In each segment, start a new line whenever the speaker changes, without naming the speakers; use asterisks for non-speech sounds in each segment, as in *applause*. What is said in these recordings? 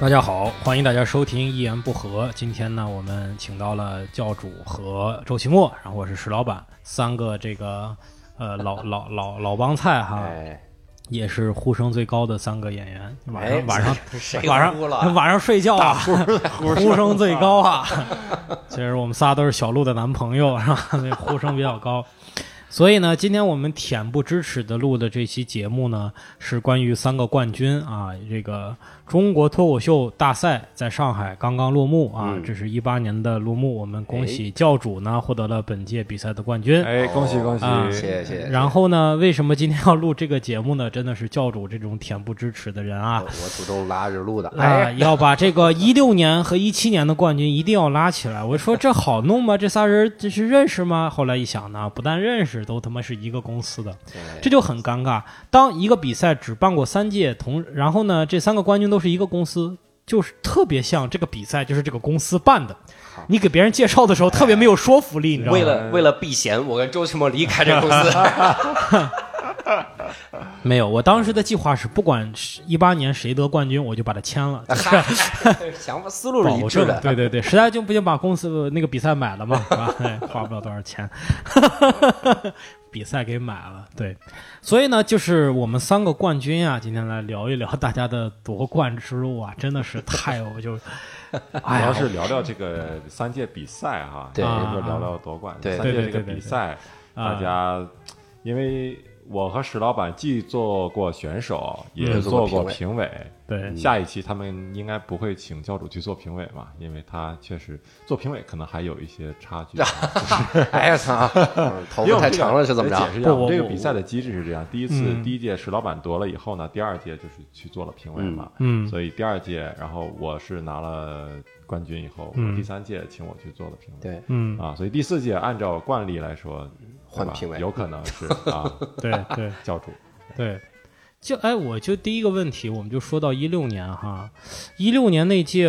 大家好，欢迎大家收听《一言不合》。今天呢，我们请到了教主和周奇墨，然后我是石老板，三个这个呃老老老老帮菜哈，
哎，
也是呼声最高的三个演员。晚
哎
上晚上
*laughs* 谁
晚
呼了
上 *laughs* 晚上睡觉啊， *laughs* 呼声最高啊。 *laughs* 其实我们仨都是小鹿的男朋友，是吧？ *laughs* 那呼声比较高。所以呢，今天我们恬不知耻的录的这期节目呢，是关于三个冠军啊，这个中国脱口秀大赛在上海刚刚落幕啊，
嗯
这是一八年的落幕，我们恭喜教主呢获得了本届比赛的冠军。
*laughs* 哎，恭喜恭喜！
啊
嗯谢谢。
然后呢？为什么今天要录这个节目呢？真的是教主这种恬不知耻的人啊
我，我主动拉着录的，
啊、 *laughs*
哎，
要把这个一六年和一七年的冠军一定要拉起来。我说这好弄吗？这仨人这是认识吗？后来一想呢，不但认识，都他妈是一个公司的，
哎
这就很尴尬。当一个比赛只办过三届，同然后呢，这三个冠军都是一个公司，就是特别像这个比赛就是这个公司办的。你给别人介绍的时候特别没有说服力，你知道吗？
为了为了避嫌，我跟周奇墨离开这公
*laughs*
司。 *laughs*
没有，我当时的计划是，不管一八年谁得冠军，我就把他签了。
嗨，想法思路是一
保
致
证
的。
对对对，实在就不就把公司那个比赛买了嘛，是吧？ *laughs* 哎花不了多少钱，比赛给买了。对，所以呢，就是我们三个冠军啊，今天来聊一聊大家的夺冠之路啊，真的是太我就，
主
哎
要
呀，
是聊聊这个三届比赛哈，
对
要不聊聊夺冠。
对
三届这
对
个
对对
比赛，
对
大家因为我和史老板既做过选手，也
嗯
做
做
过
过
评委。
对
下一期他们应该不会请教主去做评委嘛，因为他确实做评委可能还有一些差距。
哎呀操，嗯头
因为
发太
我们这个
长了是怎么
得
着
解？释一
不
下，我
我
们这
我
个比赛的机制是这样：第一次
嗯
第一届史老板夺了以后呢，第二届就是去做了评委嘛，
嗯嗯
所以第二届，然后我是拿了冠军以后，
嗯
第三届请我去做了评委，
对，
嗯，
啊，所以第四届按照惯例来说，
换
对吧
评委
有可能是啊 *laughs*
对对
教主，
对。就哎，我就第一个问题，我们就说到一六年哈，一六年那届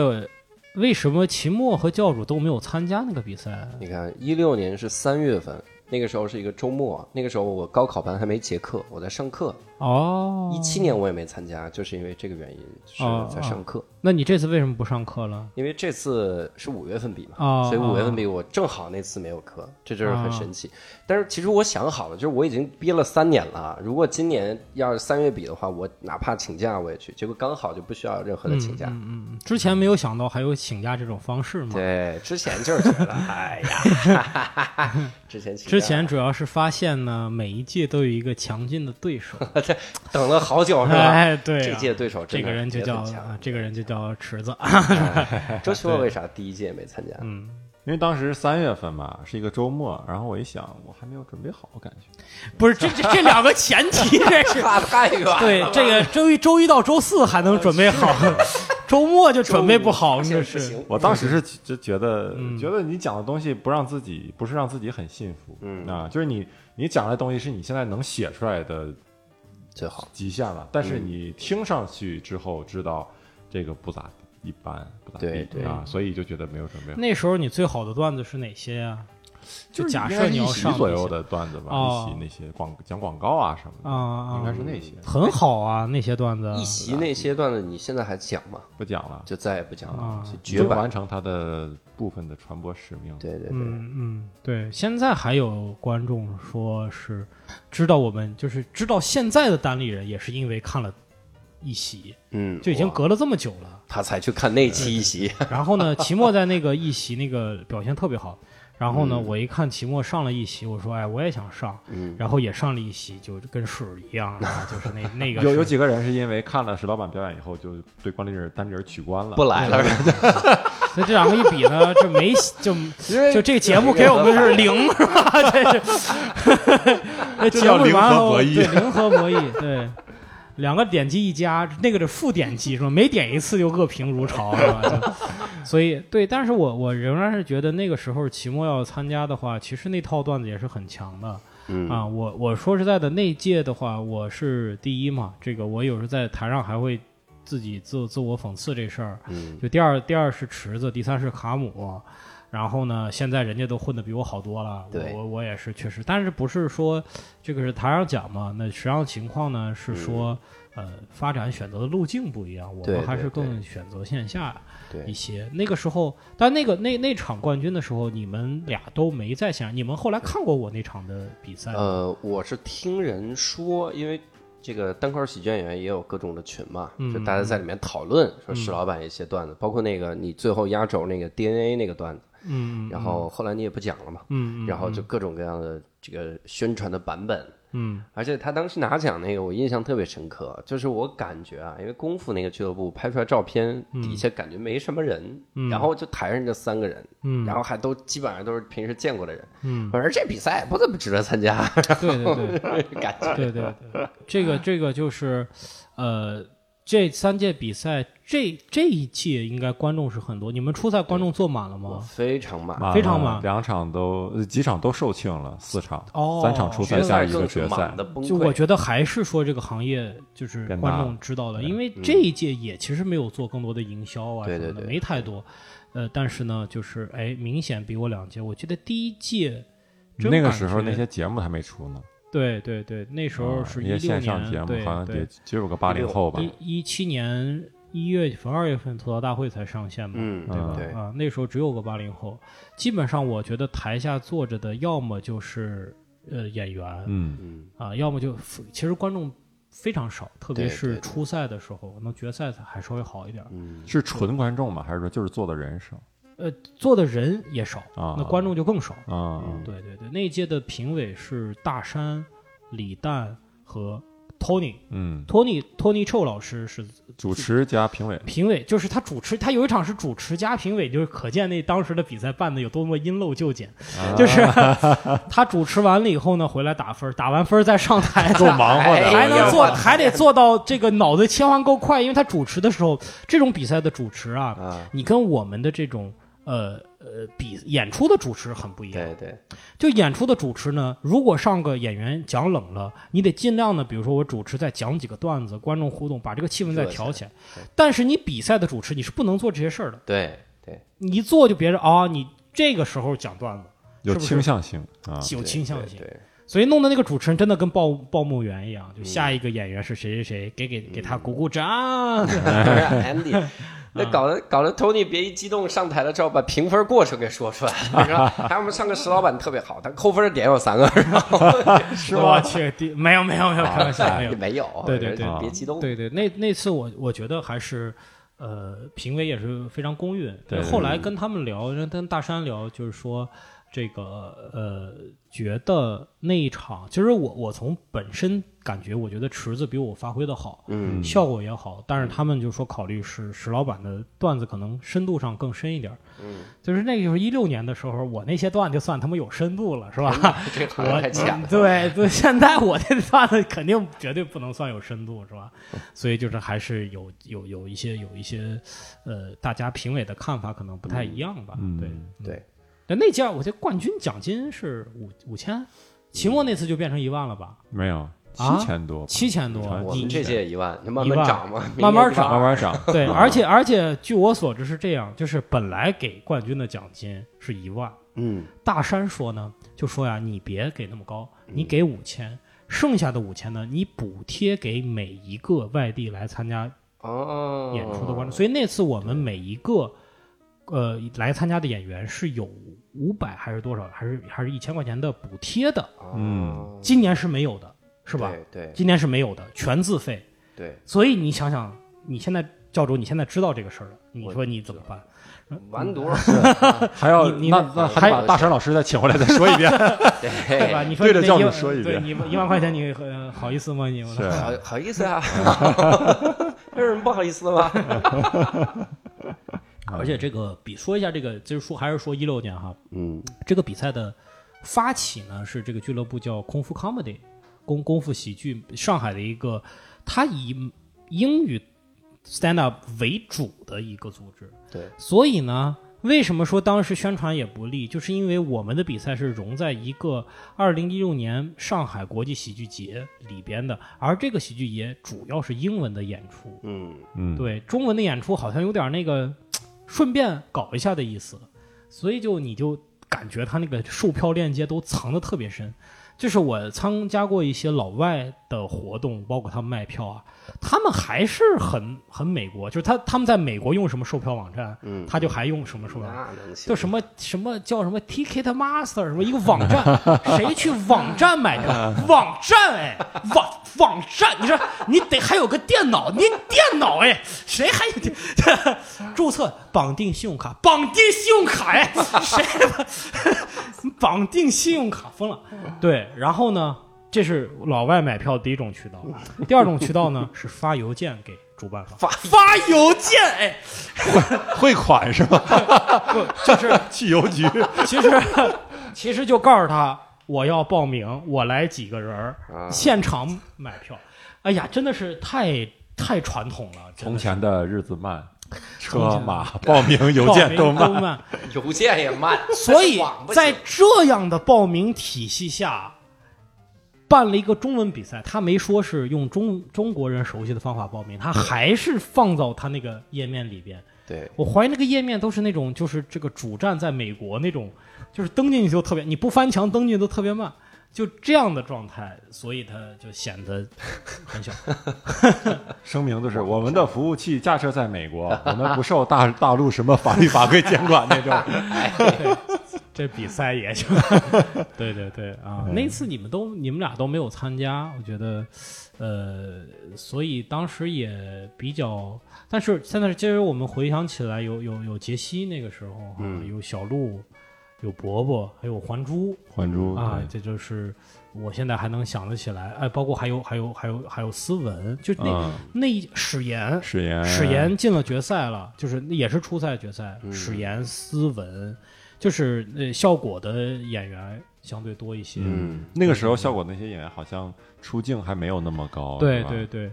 为什么秦墨和教主都没有参加那个比赛？啊
你看，一六年是三月份，那个时候是一个周末，那个时候我高考班还没结课，我在上课。
哦，
一七年我也没参加，就是因为这个原因，是在
哦
上课。
那你这次为什么不上课了？
因为这次是五月份比嘛，
哦
所以
哦
五月份比我正好那次没有课，这就是
哦
很神奇。但是其实我想好了，就是我已经憋了三年了，啊如果今年要是三月比的话，我哪怕请假我也去，结果刚好就不需要有任何的请假。
嗯，之前没有想到还有请假这种方式嘛。
对，之前就是觉得，哎呀，哈
*laughs*
哈哈哈之前请假
之前主要是发现呢，每一届都有一个强劲的对
*laughs*
手。
等了好久是吧？
哎，对、啊，
这届对手真
这
的
个人就
也
叫
很强
啊这个人就叫池
*laughs*
子。
周奇墨为啥第一届没参加？
嗯，
因为当时三月份嘛是一个周末，然后我一想我还没有准备好，我感觉
不是，这这这两个前提
*laughs*
这是
差太远了。
对这个周一周一到周四还能准备好， *laughs* 周末就准备不好，
这
这
不
是
行，
我当时是就觉得、
嗯
觉得你讲的东西不让自己不是让自己很信服，
嗯
啊，就是你你讲的东西是你现在能写出来的
最好
极限了，但是你听上去之后知道这个不咋一般，不咋地
对对
啊，所以就觉得没有准备好。
那时候你最好的段子是哪些呀、
就
假
应
设
该是
你要
一席
上
左
那
右
些
的段子吧，
哦
一席那些广讲广告啊什么的，
啊啊
应该是那些
很好啊，那些段子。
一席那些段子，你现在还讲吗？
不讲了，
就再也不讲了
啊，
就
已
绝
经
版。
完成它的部分的传播使命。
对对对，
嗯嗯，对，现在还有观众说是知道我们就是知道现在的单立人，也是因为看了一席，
嗯，
就已经
哇
隔了这么久了。
他才去看那期一席，
然后呢，齐墨在那个一席那个表现特别好。然后呢，我一看齐墨上了一席，我说哎，我也想上，
嗯，
然后也上了一席，就跟水儿一样啊，就是那那个
有有
是
几个人是因为看了石老板表演以后，就对关立人单立人取关
*laughs*
了，
不来了，
所以这两个一比呢，这没就
因为
就这个节目给我们是零是吧？这是 *laughs* 这节目完了后，对零和博弈，对两个点击一加，那个是负点击是吧？每点一次就恶评如潮是吧？就所以对，但是我我仍然是觉得那个时候期末要参加的话，其实那套段子也是很强的。
嗯
啊，我我说实在的，那届的话，我是第一嘛。这个我有时候在台上还会自己自自我讽刺这事儿。
嗯
就第二第二是池子，第三是卡姆，然后呢，现在人家都混得比我好多了，
对
我我我也是确实，但是不是说这个是台上讲嘛？那实际上情况呢
嗯
是说，呃，发展选择的路径不一样，我
对
们
对
还是
对
更选择线下一
对，
些。那个时候，但那个那那场冠军的时候，你们俩都没在线上，你们后
嗯
来看过我那场的比赛吗？
*laughs* 呃，我是听人说，因为这个单口喜剧演员也有各种的群嘛，
嗯
就大家在里面讨论说石老板一些段子，包括那个你最后压轴那个 DNA 那个段子，
嗯，
然后后来你也不讲了嘛，
嗯，嗯
然后就各种各样的这个宣传的版本，
嗯
而且他当时拿奖那个，我印象特别深刻，就是我感觉啊，因为功夫那个俱乐部拍出来照片底下感觉没什么人，
嗯
然后就台上就三个人，
嗯，
然后还都基本上都是平时见过的人，
嗯，
我说这比赛不怎么值得
*laughs*
参加，
对对对。
感觉
对对对，这 *laughs* 个这个就是，呃，这三届比赛，这这一届应该观众是很多。你们初赛观众坐满了
我
吗？
非常满，
满
非常
了
满
两场都呃几场都售罄了，四场，
哦
三场初赛下一个决赛
满，的崩
就我
溃，
觉得还是说这个行业就是
变大
观
了
众知道的，因为这一届也其实没有做更多的营销啊
对
什么的，
对对
没太多。呃，但是呢，就是哎，明显比我两届，我记得第一届真
那个
感
时候
觉
那些节目还没出呢，
对对对，那时候是
啊
一六
那些线上
年，
节目
对
好像
对
得只有个八零后吧，
一一七年一月份、二月份吐槽大会才上线嘛，
嗯，
对吧？
对
啊，那时候只有个八零后，基本上我觉得台下坐着的要么就是呃演员啊、
嗯，
嗯，
要么就其实观众非常少，特别
对
是
对
初赛的时候，可能决赛还稍微好一点。
嗯，
是纯观众吗？还是说就是做的人少
呃，坐的人也少，
啊
那观众就更少。
啊？
对对对，那一届的评委是大山、李诞和 Tony。
嗯，
托尼托尼臭老师是
主持加评委，
评委，就是他主持，他有一场是主持加评委，就是可见那当时的比赛办的有多么因陋就简。
啊嗯
就是 *laughs* 他主持完了以后呢，回来打分，打完分再上台，
够忙活的，
还能做，
哎呀
还得做到这个脑子切换够快，因为他主持的时候，这种比赛的主持啊，
啊，
你跟我们的这种呃呃比演出的主持很不一样。
对对，
就演出的主持呢，如果上个演员讲冷了，你得尽量的，比如说我主持再讲几个段子，观众互动，把这个气氛再调起来。但是你比赛的主持，你是不能做这些事儿的，
对对，
你一做就别人啊、你这个时候讲段子
有
是不是
倾向性啊，
有倾向性，
对，
所以弄得那个主持人真的跟报报幕员一样，就下一个演员是谁谁谁，给给给他鼓鼓掌。
不是 Andy，那搞得搞得 Tony 别一激动上台了之后，把评分过程给说出来了。你说，
*laughs*
还有我们上个石老板特别好，他扣分的点有三个，然后
是 *laughs* 我去，第没有没有没有，开玩笑没有
也。没有。
哎对对对
别激动。
对对，那那次我我觉得还是，呃，评委也是非常公允。
对
后来跟他们聊，跟大山聊，就是说这个呃，觉得那一场，其实我我从本身感觉，我觉得池子比我发挥的好，
嗯，
效果也好，但是他们就说考虑是石老板的段子可能深度上更深一点。嗯，就是那个就是一六年的时候，我那些段就算他妈有深度了，是吧？
这好像
我
太浅了。
对对， *laughs* 现在我这段子肯定绝对不能算有深度，是吧？
嗯
所以就是还是有有有一些有一些，呃，大家评委的看法可能不太一样吧。
嗯
对
嗯
对。
但那届我这冠军奖金是五五千，期末那次就变成一万了吧？
没有七
啊
千多吧，
七千多，
我
我
嗯你
们这届一万，你慢
一万
慢涨嘛，
慢慢涨
慢慢涨，
*laughs*
*laughs*
对，
啊
而且而且据我所知是这样，就是本来给冠军的奖金是一万，
嗯，
大山说呢，就说呀，你别给那么高，
嗯
你给五千，剩下的五千呢，你补贴给每一个外地来参加
哦，
演出的观众。所以那次我们每一个呃来参加的演员是有五百还是多少，还是还是一千块钱的补贴的，
哦
嗯，
今年是没有的，是吧？
对
今年是没有的，全自费。
对
所以你想想，你现在教主，你现在知道这个事儿了，你说你怎么办？
对，完犊子，
还要
你你
那那还
还
得把大神老师再请回来再说一遍，
*laughs* 对
对
吧？你说
哎对着
那
教主
一万
说一
对
遍
你一万块钱你呃好意思吗？你
是
好好意思啊， *laughs* 有什么不好意思的吗？
而且这个比说一下这个，就是说还是说一六年哈，
嗯
这个比赛的发起呢是这个俱乐部叫空腹 comedy，功功夫喜剧上海的一个，它以英语 stand up 为主的一个组织，
对，
所以呢。为什么说当时宣传也不利？就是因为我们的比赛是融在一个二零一六年上海国际喜剧节里边的，而这个喜剧节主要是英文的演出，
嗯
嗯，
对中文的演出好像有点那个顺便搞一下的意思，所以就你就感觉他那个售票链接都藏的特别深。就是我参加过一些老外的活动，包括他们卖票啊，他们还是很很美国，就是他他们在美国用什么售票网站，
嗯，
他就还用什么售票网站。
那能行
就？什么什么叫什么 Ticket Master 什么一个网站，谁去网站买票？网站哎，网网站，你说你得还有个电脑，你电脑哎，谁还 *laughs* 注册绑定信用卡？绑定信用卡哎，谁 *laughs* 绑定信用卡疯了？
嗯
对，然后呢，这是老外买票的第一种渠道，第二种渠道
*laughs*
呢是发邮件给主办方，
发
发邮件哎，
汇款是 *laughs* 吧？
不
*laughs*
就是。
去邮局，
其实 *laughs* 其实就告诉他我要报名，我来几个人儿，
啊，
现场买票。哎呀，真的是太太传统了，真
从
的是
前的日子 *laughs* 慢，
从
车
前
马报名邮件都
报名
慢。
都慢。
邮件也慢，
所以
网不行
在这样的报名体系下，办了一个中文比赛，他没说是用中中国人熟悉的方法报
嗯
名，他还是放到他那个页面里边。
对，
我怀疑那个页面都是那种，就是这个主站在美国那种，就是登进去就特别，你不翻墙登进去都特别慢，就这样的状态，所以它就显得很小。
声明就是，我们的服务器架设在美 *laughs* 国，我们不受大大陆什么法律法规监管那种。
这比赛也就，对对对啊，
嗯
那次你们都你们俩都没有参加，我觉得，呃，所以当时也比较，但是现在其实我们回想起来，有有有杰西那个时候啊，
嗯
有小鹿，有伯伯，还有还珠，
*laughs* 还珠哎
啊，这就是我现在还能想得起来，哎，包括还有还有还有还有斯文，就那、
嗯，哎
那一史岩，
史岩，
史岩进了决赛了，就是那也是初赛决赛，
嗯
史岩、斯文，就是呃效果的演员相对多一些，
嗯，那个时候效果那些演员好像出镜还没有那么高，
对
是吧嗯
对对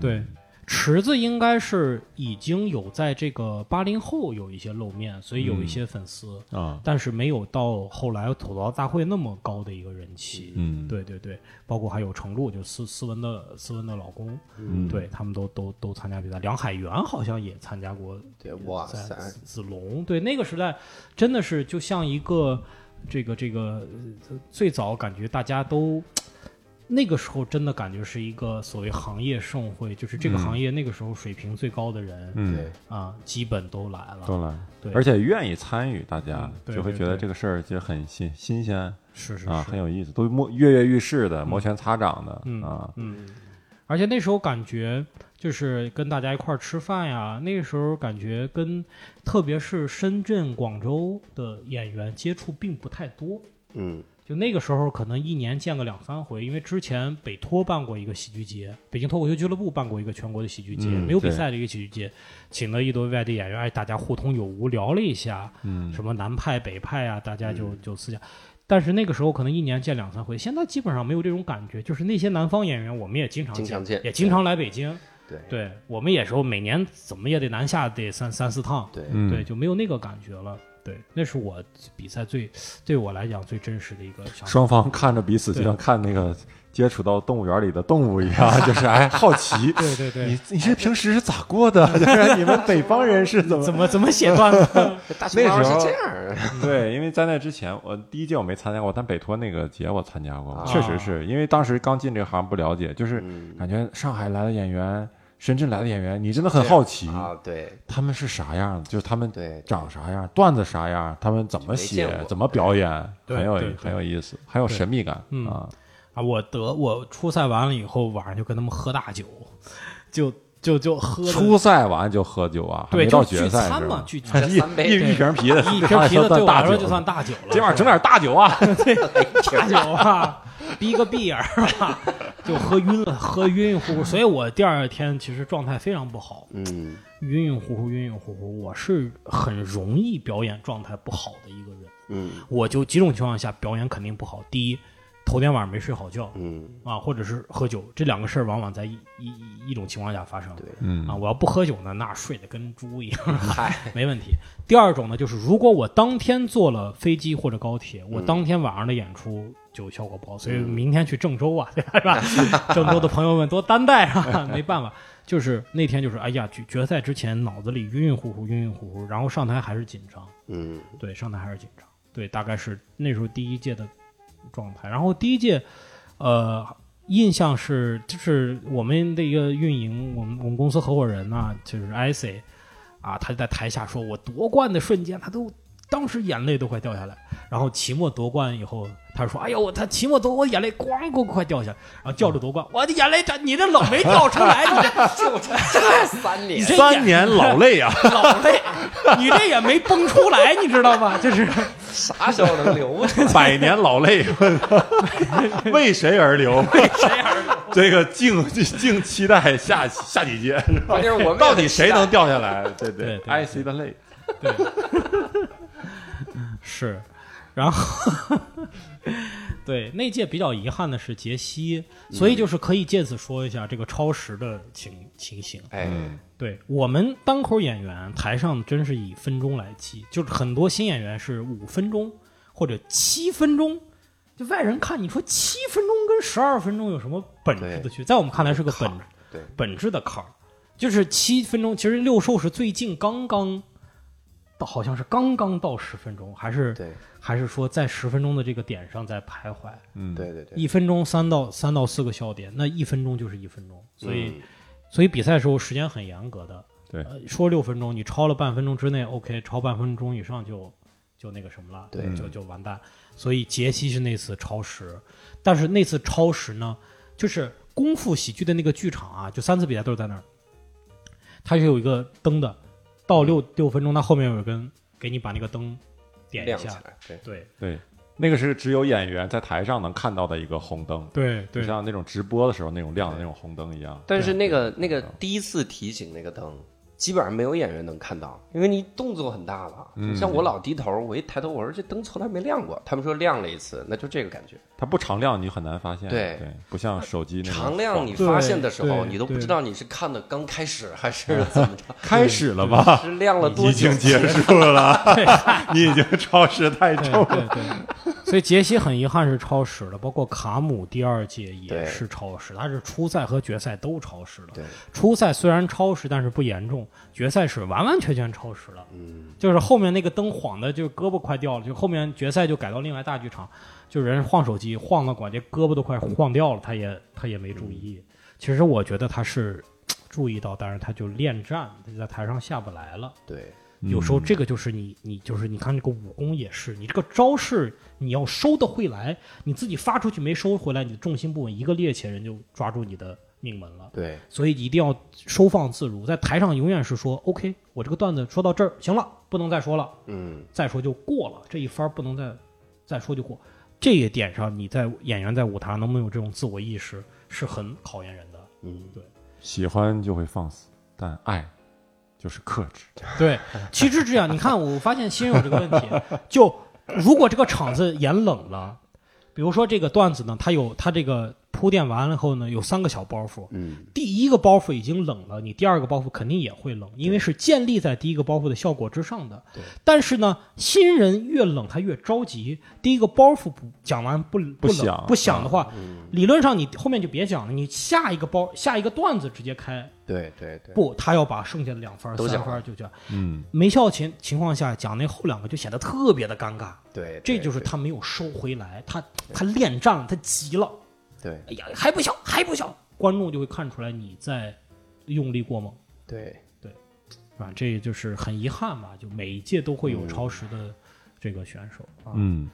对。池子应该是已经有在这个八零后有一些露面，所以
嗯
有一些粉丝，
啊，
但是没有到后来吐槽大会那么高的一个人气。
嗯，
对对对，包括还有程璐，就是斯斯文的斯文的老公，
嗯，
对他们都都都参加比赛。梁海源好像也参加过
嗯对，
比
哇
赛
塞，
子子龙对那个时代真的是就像一个这个这个呃最早感觉大家都。那个时候真的感觉是一个所谓行业盛会，就是这个
嗯
行业那个时候水平最高的人
嗯，
对，
啊，基本都来了。
都来，
对，
而且愿意参与，大家
嗯对
就会
对
觉得
对
这个事儿就很新新鲜
是是
啊，
是
很有意思，都摸跃跃欲试的，摩拳擦掌
嗯
的啊，
嗯，而且那时候感觉就是跟大家一块儿吃饭呀，那个时候感觉跟特别是深圳、广州的演员接触并不太多。
嗯，
就那个时候，可能一年见个两三回，因为之前北托办过一个喜剧节，北京脱口秀俱乐部办过一个全国的喜剧节，
嗯
没有比
对
赛的一个喜剧节，请了一堆外地演员，哎，大家互通有无，聊了一下，
嗯，
什么南派北派啊，大家就就私下。但是那个时候可能一年见两三回，现在基本上没有这种感觉。就是那些南方演员，我们也经常
经常见
也经常来北京。
对
对，我们也时候每年怎么也得南下得三三四趟，
对，
嗯
对，就没有那个感觉了。对，那是我比赛最对我来讲最真实的一个想法。
双方看着彼此，就像看那个接触到动物园里的动物一样， *laughs* 就是哎好奇，
对对对，
你你是平时是咋过的？ *laughs* 就是你们北方人是怎么 *laughs*
怎么怎么写段子？ *laughs*
大熊
那
猫
时候
是这样儿，
对，因为在那之前，我第一届我没参加过，但北托那个节我参加过，
啊
确实是因为当时刚进这个行不了解，就是
嗯
感觉上海来的演员、深圳来的演员，你真的很好奇
啊，对
他们是啥样，就是他们
对，
长啥样，段子啥样，他们怎么
没见
写
过、
怎么表演，
对
很有
对对
很有意思，很有神秘感
嗯
啊！
啊，我得我初赛完了以后，晚上就跟他们喝大酒，就就就喝得
初赛完就喝酒啊，还
对，
没到
就
决
聚
赛
餐
是
嘛
吧，？
聚
这
一
三
一
杯
一瓶啤的， *laughs*
瓶啤的
算
对我
大
来说
酒，
就算大酒了。
今晚整点大酒啊！
*laughs* 大酒啊，逼个闭眼儿啊，就喝晕了，喝晕晕乎乎。所以我第二天其实状态非常不好，
嗯，
晕晕乎乎，晕晕乎乎。我是很容易表演状态不好的一个人，
嗯
我就几种情况下表演肯定不好。第一，头天晚上没睡好觉
嗯，
啊，或者是喝酒，这两个事儿往往在一一一一种情况下发生。
对
嗯
啊，我要不喝酒呢，那睡得跟猪一样。 *laughs*
嗨，
没问题。第二种呢，就是如果我当天坐了飞机或者高铁，我当天晚上的演出就效 *laughs* 果不好，所以明天去郑州啊，对吧？郑州的朋友们多担待啊，没办法。就是那天就是哎呀，决决赛之前脑子里晕晕乎乎，晕晕乎乎，然后上台还是紧张，
嗯，
对，上台还是紧张，对，大概是那时候第一届的状态。然后第一届，呃，印象是就是我们的一个运营，我们我们公司合伙人呐、就是 IC 啊，他就在台下说我夺冠的瞬间，他都当时眼泪都快掉下来。然后期末夺冠以后，他说：“哎呦，我他期末夺，我眼泪咣给我快掉下来。”然后叫着夺冠，我的眼泪这你这老没掉出来，你这
就这 *laughs* 这三
你
年，
这眼
三年老泪啊，
老泪，你这也没崩出来，你知道吧？就是
啥时候能留 *laughs* 住？
百年老泪，为谁而流？ *laughs* 这个敬敬期待下下几届，
关键是我们也
到底谁
很期
能掉下来？对
对对
，I C 的泪，
是，然后对那届比较遗憾的是杰西，所
嗯
以就是可以借此说一下这个超时的情情形。
待？哎，
对我们单口演员台上真是以分钟来计，就是很多新演员是五分钟或者七分钟。就外人看你说七分钟跟十二分钟有什么本质的区别？在我们看来是个本
对
本质的坎儿，就是七分钟。其实六兽是最近刚刚到，好像是刚刚到十分钟，还是
对
还是说在十分钟的这个点上在徘徊，
嗯，
对对对，
一分钟三到三到四个笑点，那一分钟就是一分钟，所以、
嗯
所以比赛的时候时间很严格的，
对
呃说六分钟，你超了半分钟之内，OK，超半分钟以上就就那个什么了，
对
就就完蛋。所以杰西是那次超时，但是那次超时呢，就是功夫喜剧的那个剧场啊，就三次比赛都是在那儿，它是有一个灯的，到六六分钟，它后面有一根给你把那个灯点一
亮起
下，
来，对，
对。
对，那个是只有演员在台上能看到的一个红灯，
对
就
对，
像那种直播的时候那种亮的那种红灯一样。
但是那个那个第一次提醒那个灯，基本上没有演员能看到，因为你动作很大了。
嗯
像我老低头，我一抬头，我说这灯从来没亮过。他们说亮了一次，那就这个感觉。
它不常亮，你很难发现。
对
不像手机那种
常亮，你
对
发现的时候，
对
你都不
对
知道你是看的刚开始还是怎么着，
开始了吧？
是亮了多久？
已经结束了， *laughs* 你已经超时太
对
重了。
对对， *laughs* 所以杰西很遗憾是超时了，包括卡姆第二届也
对
是超时，他是初赛和决赛都超时了。
对，
初赛虽然超时，但是不严重，决赛是完完全全超时了。
嗯，
就是后面那个灯晃的，就胳膊快掉了，就后面决赛就改到另外大剧场，就人晃手机晃到管这胳膊都快晃掉了，他也他也没注意。
嗯
其实我觉得他是注意到，但是他就恋战，他就在台上下不来了。
对，
有时候这个就是你，你就是你看这个武功也是，你这个招式你要收得回来，你自己发出去没收回来，你的重心不稳，一个趔趄人就抓住你的命门了。
对，
所以一定要收放自如，在台上永远是说 OK，我这个段子说到这儿行了，不能再说了，
嗯，
再说就过了，这一番儿不能再再说就过。这一点上，你在演员在舞台上能不能有这种自我意识，是很考验人的。
嗯，
喜欢就会放肆，但爱就是克制。
*laughs* 对，其实这样，你看，我发现新人有这个问题，就如果这个场子演冷了，比如说这个段子呢，它有它这个铺垫完了后呢，有三个小包袱，
嗯，
第一个包袱已经冷了，你第二个包袱肯定也会冷，因为是建立在第一个包袱的效果之上的
对。
但是呢，新人越冷他越着急，第一个包袱不讲完不不冷
想
不想的话，
啊嗯
理论上你后面就别讲了，你下一个包下一个段子直接开。
对对对，
不，他要把剩下的两番儿
都
三
讲
番儿就讲。
嗯，
没效情情况下讲那后两个就显得特别的尴尬，
对，
这
对
就是他没有收回来，他他恋战，他急了，
对
哎呀还不笑还不笑，观众就会看出来你在用力过猛，
对，
是吧？这就是很遗憾吧，就每一届都会有超时的这个选手啊，
嗯，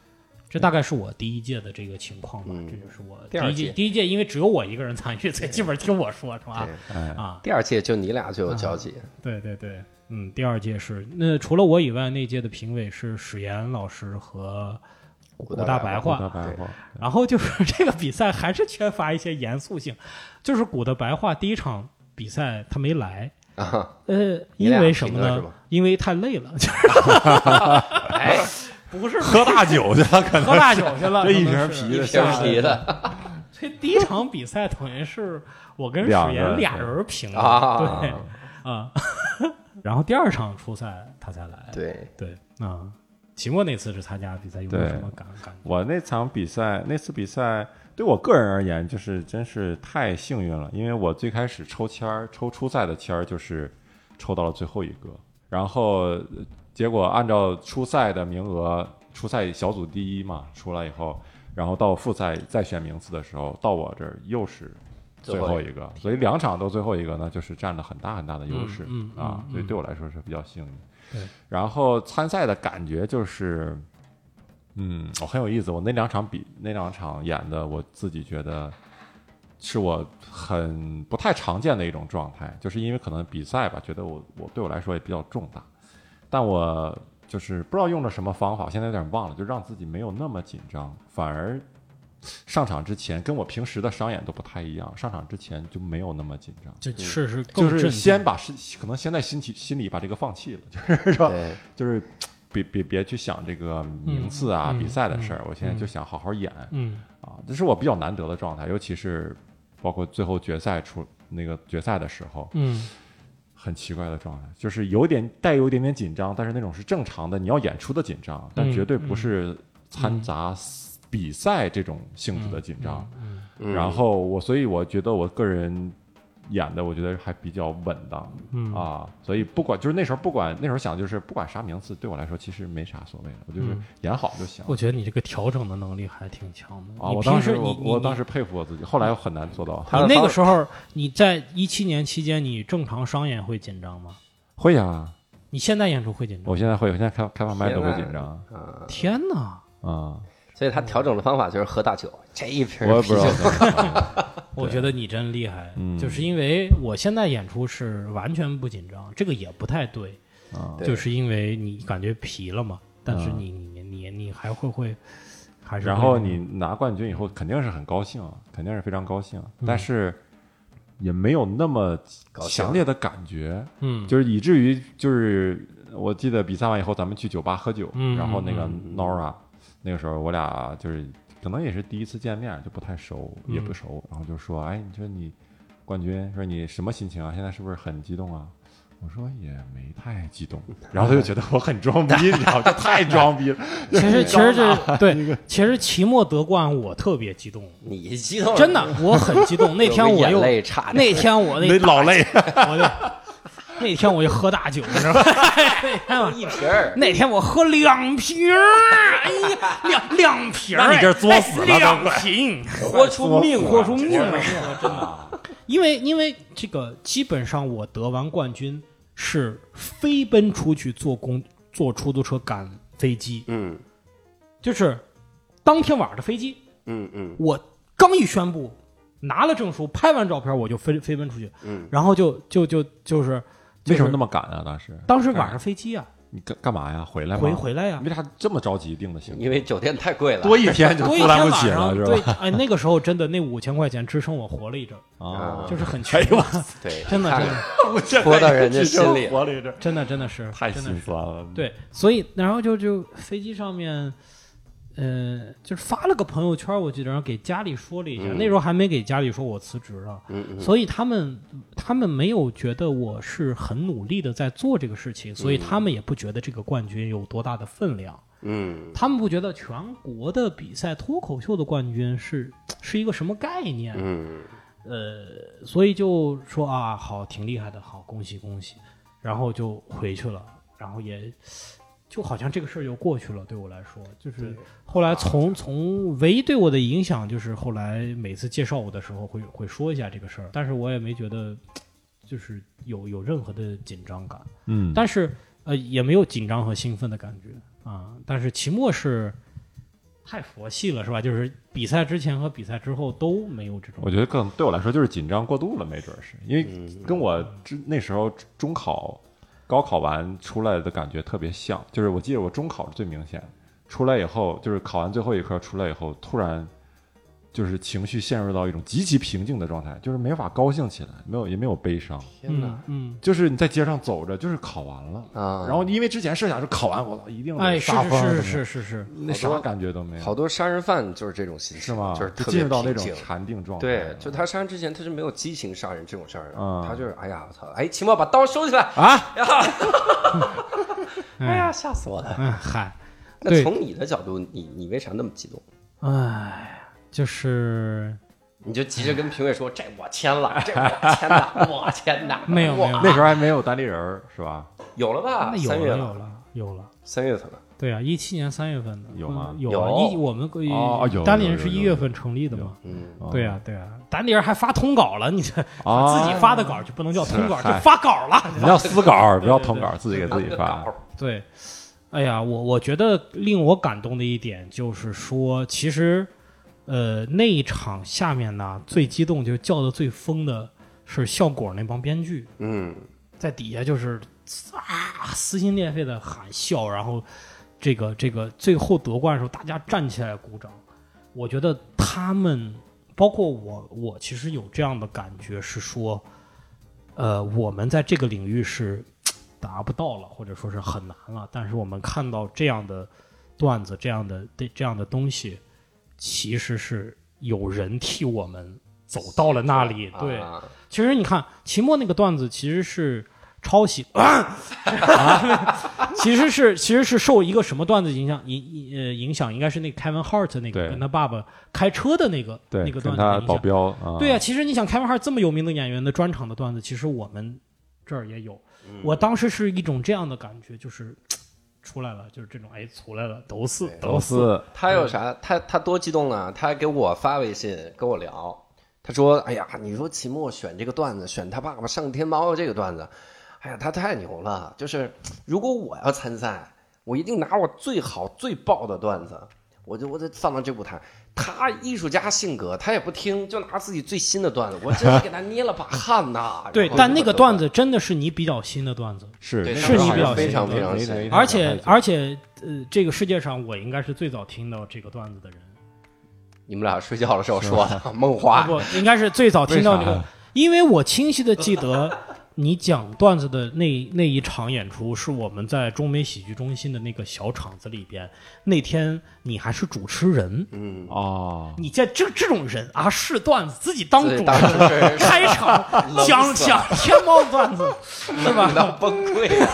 这大概是我第一届的这个情况吧，
嗯
这就是我
第二
一届
届
第一届因为只有我一个人参与，所以基本听我说是吧？
哎，
啊，
第二届就你俩就有交集，
对对对，嗯，第二届是那除了我以外，那届的评委是史岩老师和
古
大
大白
白
古大
话。
白话，
然后就是这个比赛还是缺乏一些严肃性，就是古的白话第一场比赛他没来，
啊，
呃，因
俩
为什么
评了是
呢
吗？
因为太累了，就是
哎，
不是
喝大酒去了，可能
喝大酒去了，
这一
可能
瓶
是
一
啤的
瓶
下来
啤的
所以第一场比赛等于是我跟史
两
岩
人
俩人平的，
啊
对啊，然后第二场初赛他才来，
对，
对啊，秦墨那次是参加比赛，有没有
对
什么感感觉？
我那场比赛，那次比赛对我个人而言，就是真是太幸运了，因为我最开始抽签儿，抽初赛的签儿就是抽到了最后一个，然后呃结果按照初赛的名额，初赛小组第一嘛出来以后，然后到复赛再选名次的时候，到我这儿又是。最后一个，所以两场都最后一个呢，就是占了很大很大的优势、
嗯嗯
啊
嗯，
所以对我来说是比较幸运。
对
然后参赛的感觉就是，嗯，我很有意思。我那两场比那两场演的，我自己觉得是我很不太常见的一种状态，就是因为可能比赛吧，觉得我我对我来说也比较重大，但我就是不知道用了什么方法，现在有点忘了，就让自己没有那么紧张，反而上场之前跟我平时的商演都不太一样，上场之前就没有那么紧张。
就确实更
就
震
是
惊
先把事，可能先在心体心里把这个放弃了， *laughs* 就是说，
对，
就是别别别去想这个名次啊、
嗯
比赛的事儿，我现在
嗯
就想好好演、
嗯
啊，这是我比较难得的状态，尤其是包括最后决赛出那个决赛的时候，
嗯
很奇怪的状态，就是有点带有一点点紧张，但是那种是正常的，你要演出的紧张，但
嗯
绝对不是掺杂比赛这种性质的紧张。
嗯
嗯
然后我，所以我觉得我个人演的，我觉得还比较稳当。
嗯
啊，所以不管就是那时候不管那时候想就是不管啥名次对我来说其实没啥所谓的，我就是
嗯
演好就行。
我觉得你这个调整的能力还挺强的。
啊，
你
我
平
当
时
时
你
我
你
我
你
当时佩服我自己，后来我很难做到。
他的
你那个
方
时候你在一七年期间，你正常商演会紧张吗？
会呀，
你现在演出会紧张吗？
我现在会，我现在开开放麦都会
现在
紧张
啊，
天哪！
啊，
所以他调整的方法就是喝大酒，这一瓶
我也不
啤
知
酒
道怎么办。
我
对
觉得你真厉害，
嗯
就是因为我现在演出是完全不紧张，这个也不太对， *laughs*
啊，
对
就是因为你感觉疲了嘛。但是
嗯
你你你你还会会，还是
然
会
后你拿冠军以后肯定是很高兴，肯定是非常高兴，
嗯
但是也没有那么
高兴
强烈的感觉。
嗯
就是以至于就是我记得比赛完以后，咱们去酒吧喝酒，
嗯
然后那个
嗯
Nora、那个时候我俩就是可能也是第一次见面，就不太熟，
嗯
也不熟，然后就说：“哎，你说你冠军，说你什么心情啊？现在是不是很激动啊？”我说也没太激动，然后他就觉得我很装逼，你知道吗，这太装逼了。
其
*laughs*
实其实这对，其实期末得冠我特别激动，
你激动了
真，的我很激
*laughs*
动。那天
有个
我
眼
又
泪差点
那天我那
那老累，
我就那天我就喝大酒，你知道吗？那天我
一瓶儿，
那天我喝两瓶儿，哎呀，两两瓶儿，
那你这
哎
作死了
哎
都
两
*laughs*
瓶，
豁出命，
豁出命
了啊
来！因为因为这个，基本上我得完冠军是飞奔出去坐公坐出租车赶飞机，
嗯
就是当天晚上的飞机，
嗯嗯
我刚一宣布拿了证书，拍完照片我就飞飞奔出去，
嗯，
然后就就就就是
为什么那
么？
么赶啊？当时
当时晚上飞机啊，
你干干嘛呀？回来吗？
回回来啊呀、
为啥这么着急定的行程？
因为酒店太贵了，
多一天嗯就
多一
负
天
担不
晚
起
上，
了，是吧？
对，哎，那个时候真的那五千块钱支撑我活了一阵儿，
啊，
就是很穷
哎，呦，
对，
*laughs* 真的
太
真的
我现在
戳到人家心里啊
活了一阵，
真的真的是
太
真
心
的是
酸了。，
嗯
对，所以然后就就飞机上面，呃，就是发了个朋友圈，我记得然后给家里说了一下，
嗯
那时候还没给家里说我辞职了，
嗯嗯，
所以他们他们没有觉得我是很努力的在做这个事情，所以他们也不觉得这个冠军有多大的分量。
嗯
他们不觉得全国的比赛脱口秀的冠军是是一个什么概念，
嗯
呃，所以就说啊，好，挺厉害的，好，恭喜恭喜，然后就回去了，然后也就好像这个事儿就过去了，对我来说，就是后来从从唯一对我的影响就是后来每次介绍我的时候会会说一下这个事儿，但是我也没觉得就是有有任何的紧张感，
嗯，
但是呃也没有紧张和兴奋的感觉啊，但是期末是。太佛系了是吧？就是比赛之前和比赛之后都没有这种嗯
我觉得更对我来说就是紧张过度了，没准儿是因为跟我之那时候中考、高考完出来的感觉特别像，就是我记得我中考是最明显的，出来以后就是考完最后一科出来以后，突然就是情绪陷入到一种极其平静的状态，就是没法高兴起来，没有也没有悲伤，
天哪
嗯，
就是你在街上走着，就是考完了。
啊！
然后因为之前设想是考完我操一定
嗯
得
哎，是
杀分
是
儿什
是
么
是是是，
的，那啥感觉都没有，
好多杀人犯就是这种心情，
是吗？
就是特
进
别
入到那
平
种
静。
禅定状态了。
对，就他杀人之前，他是没有激情杀人这种事儿的，
嗯
他就是哎呀，我操，哎，秦末把刀收起来，
啊，
*laughs* 哎呀，吓死我了！
嗯，嗨，
那
对
从你的角度，你你为啥那么激动？
哎，就是
你就急着跟评委说这我签了，这我签的，我签的，
没有没有
哇
那时候还没有单立人儿是吧？
有了
啊
吧？
那有
三月
了
了，
有了有了，
三月份了，
对啊，一七年三月份的
有吗
嗯有啊
有
一我们
哦有有
单立人
有
是
有
一
有
月份成立的嘛，
嗯，
哦
对啊对啊，单立人还发通稿了，你这
啊，
自己发的稿就不能叫通稿，
是
就
嗨
发稿了。
你要私稿儿，不要通
对对
稿儿，自己给自己发。
对，哎呀，我我觉得令我感动的一点就是说，其实，呃，那一场下面呢，最激动就叫的最疯的是效果那帮编剧，
嗯，
在底下就是啊撕心裂肺的喊笑，然后这个这个最后夺冠的时候，大家站起来鼓掌。我觉得他们，包括我，我其实有这样的感觉是说，呃，我们在这个领域是达不到了，或者说是很难了。但是我们看到这样的段子，这样的这这样的东西，其实是有人替我们走到了那里，对。
啊
其实你看秦末那个段子其实是抄袭， *coughs* 啊其实是其实是受一个什么段子影响影呃影响，应该是那个 Kevin Hart 那个
对
跟他爸爸开车的那个
对，
那个
跟
段子
他
的影
保
响。
镖啊，
对啊，其实你想 Kevin Hart 这么有名的演员的专场的段子，其实我们这儿也有。
嗯
我当时是一种这样的感觉，就是嘖出来了，就是这种哎出来了，都是
哎都
是。
是
他
嗯
有啥？他他多激动啊！他还给我发微信跟我聊，他说：“哎呀，你说秦墨选这个段子，选他爸爸上天猫这个段子，哎呀，他太牛了！就是如果我要参赛，我一定拿我最好最爆的段子，我就我得放到这舞台。他艺术家性格，他也不听，就拿自己最新的段子，我真是给他捏了把汗呐、
*laughs* 对
然，后
但
就
那个
得
段
了
子真的是你比较新的段子，
是
对
是你比较
非
非
常
常
非
非
常
常
新，
新
而且而且呃，这个世界上我应该是最早听到这个段子的人，
你们俩睡觉的时候说的，梦华
不应该是最早听到这
为
个
啥，
因为我清晰的记得你讲段子的那那一场演出是我们在中美喜剧中心的那个小场子里边，那天你还是主持人，
哦，
你见这这种人啊，是段子自己当主
自
持
己当主
人。
持人
开场讲
死
讲天猫段子，是
冷到
吧？
崩溃了。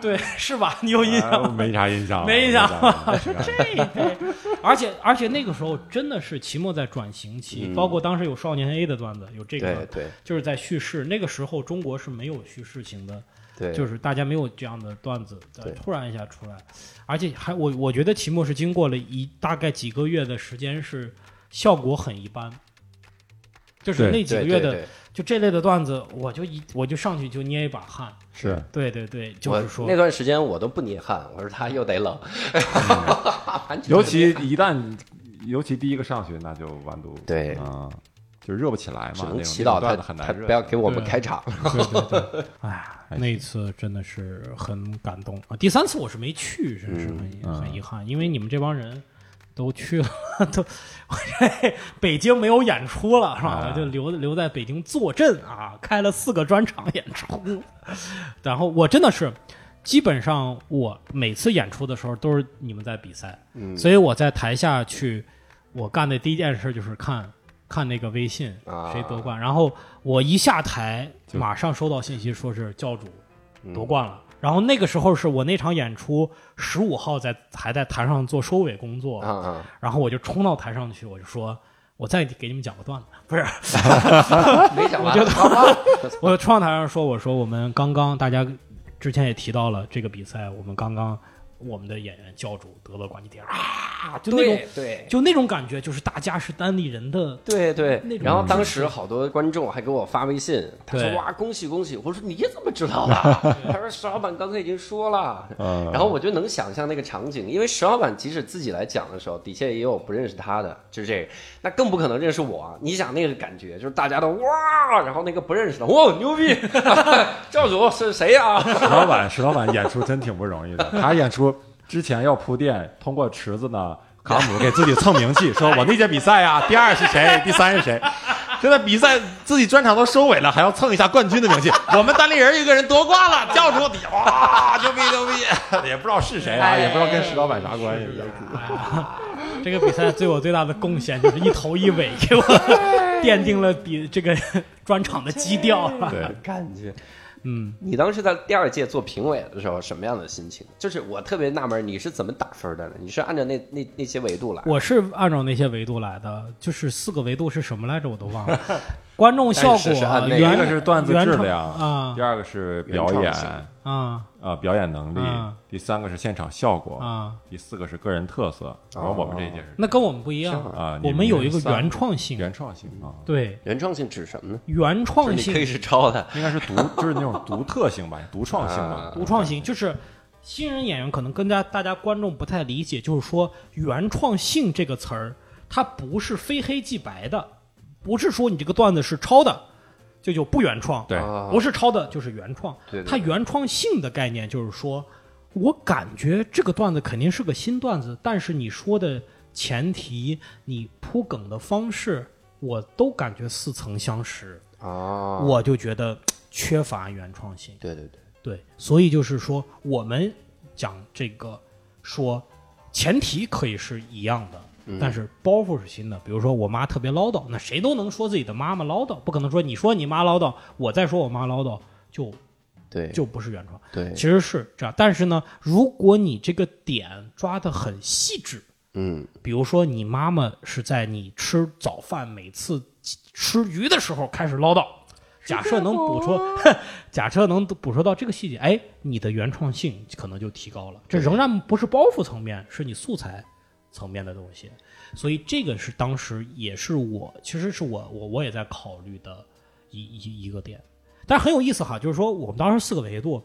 对，是吧？你有印象吗？
哎没啥印象，
没印象
没啥
*laughs*
印象
而且而且那个时候真的是期末在转型期，包括当时有少年 A 的段子，有 *laughs* 这个段
嗯对
子
对
就是在叙事。那个时候中国是没有叙事型的，
对，
就是大家没有这样的段子，呃
对
突然一下出来，而且还我我觉得期末是经过了一大概几个月的时间，是效果很一般。就是
对
那几个
对
月
对
的，
对，
就这类的段子，我就一我就上去就捏一把汗。
是
对对对，就
我
是说
那段时间我都不捏汗，我说他又得冷， *laughs* 完全
尤其一旦尤其第一个上去，那就完犊子，
对
啊，就热不起来
嗯
嘛，
只
那
能
种
祈祷他
那种段子很
他
难热，啊
不要给我们开场。
对对对，哎，
还
那一次真的是很感动啊！第三次我是没去，真是很、
嗯
很遗憾，因为你们这帮人都去了，都 *laughs* 我这北京没有演出了，是吧？
啊
我就留留在北京坐镇啊，开了四个专场演出，然后我真的是。基本上我每次演出的时候都是你们在比赛，
嗯
所以我在台下去，我干的第一件事就是看看那个微信
啊
谁夺冠，然后我一下台，
就
马上收到信息说
嗯
是教主夺冠了。然后那个时候是我那场演出十五号在还在台上做收尾工作，
啊啊！
*laughs* 然后我就冲到台上去，我就说。我再给你们讲个段子， *laughs* 不是，
没想完，好吧
*laughs*
*laughs*
我就冲到台上说，我说我们刚刚大家之前也提到了这个比赛，我们刚刚我们的演员教主得了冠军，啊，就那种
对对
就那种感觉，就是大家是单立人的，
对对
那。种
然后当时好多观众还给我发微信，他说
对
哇恭喜恭喜，我说你怎么知
*laughs*
道的？他说石老板刚才已经说了。
嗯，
然后我就能想象那个场景，因为石老板即使自己来讲的时候，底下也有不认识他的，就是这个，那更不可能认识我啊。你想那个感觉，就是大家都哇，然后那个不认识的，哇牛逼， *laughs* 教主是谁啊呀、
石老板，石老板演出真挺不容易的。他演出之前要铺垫，通过池子呢，卡姆给自己蹭名气，说我那届比赛啊，第二是谁，第三是谁。现在比赛自己专场都收尾了，还要蹭一下冠军的名气。我们单立人一个人夺冠了，教主底下哇，牛逼牛逼，也不知道是谁啊，也不知道跟石老板啥关系。
这个比赛对我最大的贡献就是一头一尾 *laughs* 给我奠定了比这个专场的基调。
对，
感觉
嗯，
*laughs* 你当时在第二届做评委的时候，什么样的心情？就是我特别纳闷，你是怎么打分的呢？你是按照那那那些维度来？
我是按照那些维度来的，就是四个维度是什么来着？我都忘了。观众效
但是是按
果、
那个
第一个
原
是段子
原
质
创
量，
啊
第二个是表
原
演
创性
啊、
啊
表演能力，
啊
第三个是现场效果，
啊，
第四个是个人特色。然后我们这一届是
那跟我们不一样，
啊，
我
你
们有一个
三
原创性，
原创性啊，
对
原创性指什么呢？
原
就是
创
你
性
可以是抄的，
应该是独，就是那种独特性吧，独创性
啊，
吧
独创性，就是新人演员可能跟大大家观众不太理解，就是说原创性这个词儿，它不是非黑即白的，不是说你这个段子是抄的，这就不原创，
对，
啊
不是抄的就是原创。
对对
它原创性的概念就是说，我感觉这个段子肯定是个新段子，但是你说的前提，你铺梗的方式，我都感觉似曾相识，
啊，
我就觉得缺乏原创性。
对对对，
对，所以就是说，我们讲这个说，前提可以是一样的，但是包袱是新的。比如说我妈特别唠叨，那谁都能说自己的妈妈唠叨，不可能说你说你妈唠叨，我再说我妈唠叨，就
对
就不是原创。
对
其，实是这样，但是呢，如果你这个点抓得很细致，
嗯，
比如说你妈妈是在你吃早饭每次吃鱼的时候开始唠叨，假设能捕捉， *laughs* 假设能捕捉到这个细节，哎，你的原创性可能就提高了。这仍然不是包袱层面，是你素材层面的东西。所以这个是当时也是我，其实是我我我也在考虑的一一一个点。但是很有意思哈，就是说我们当时四个维度，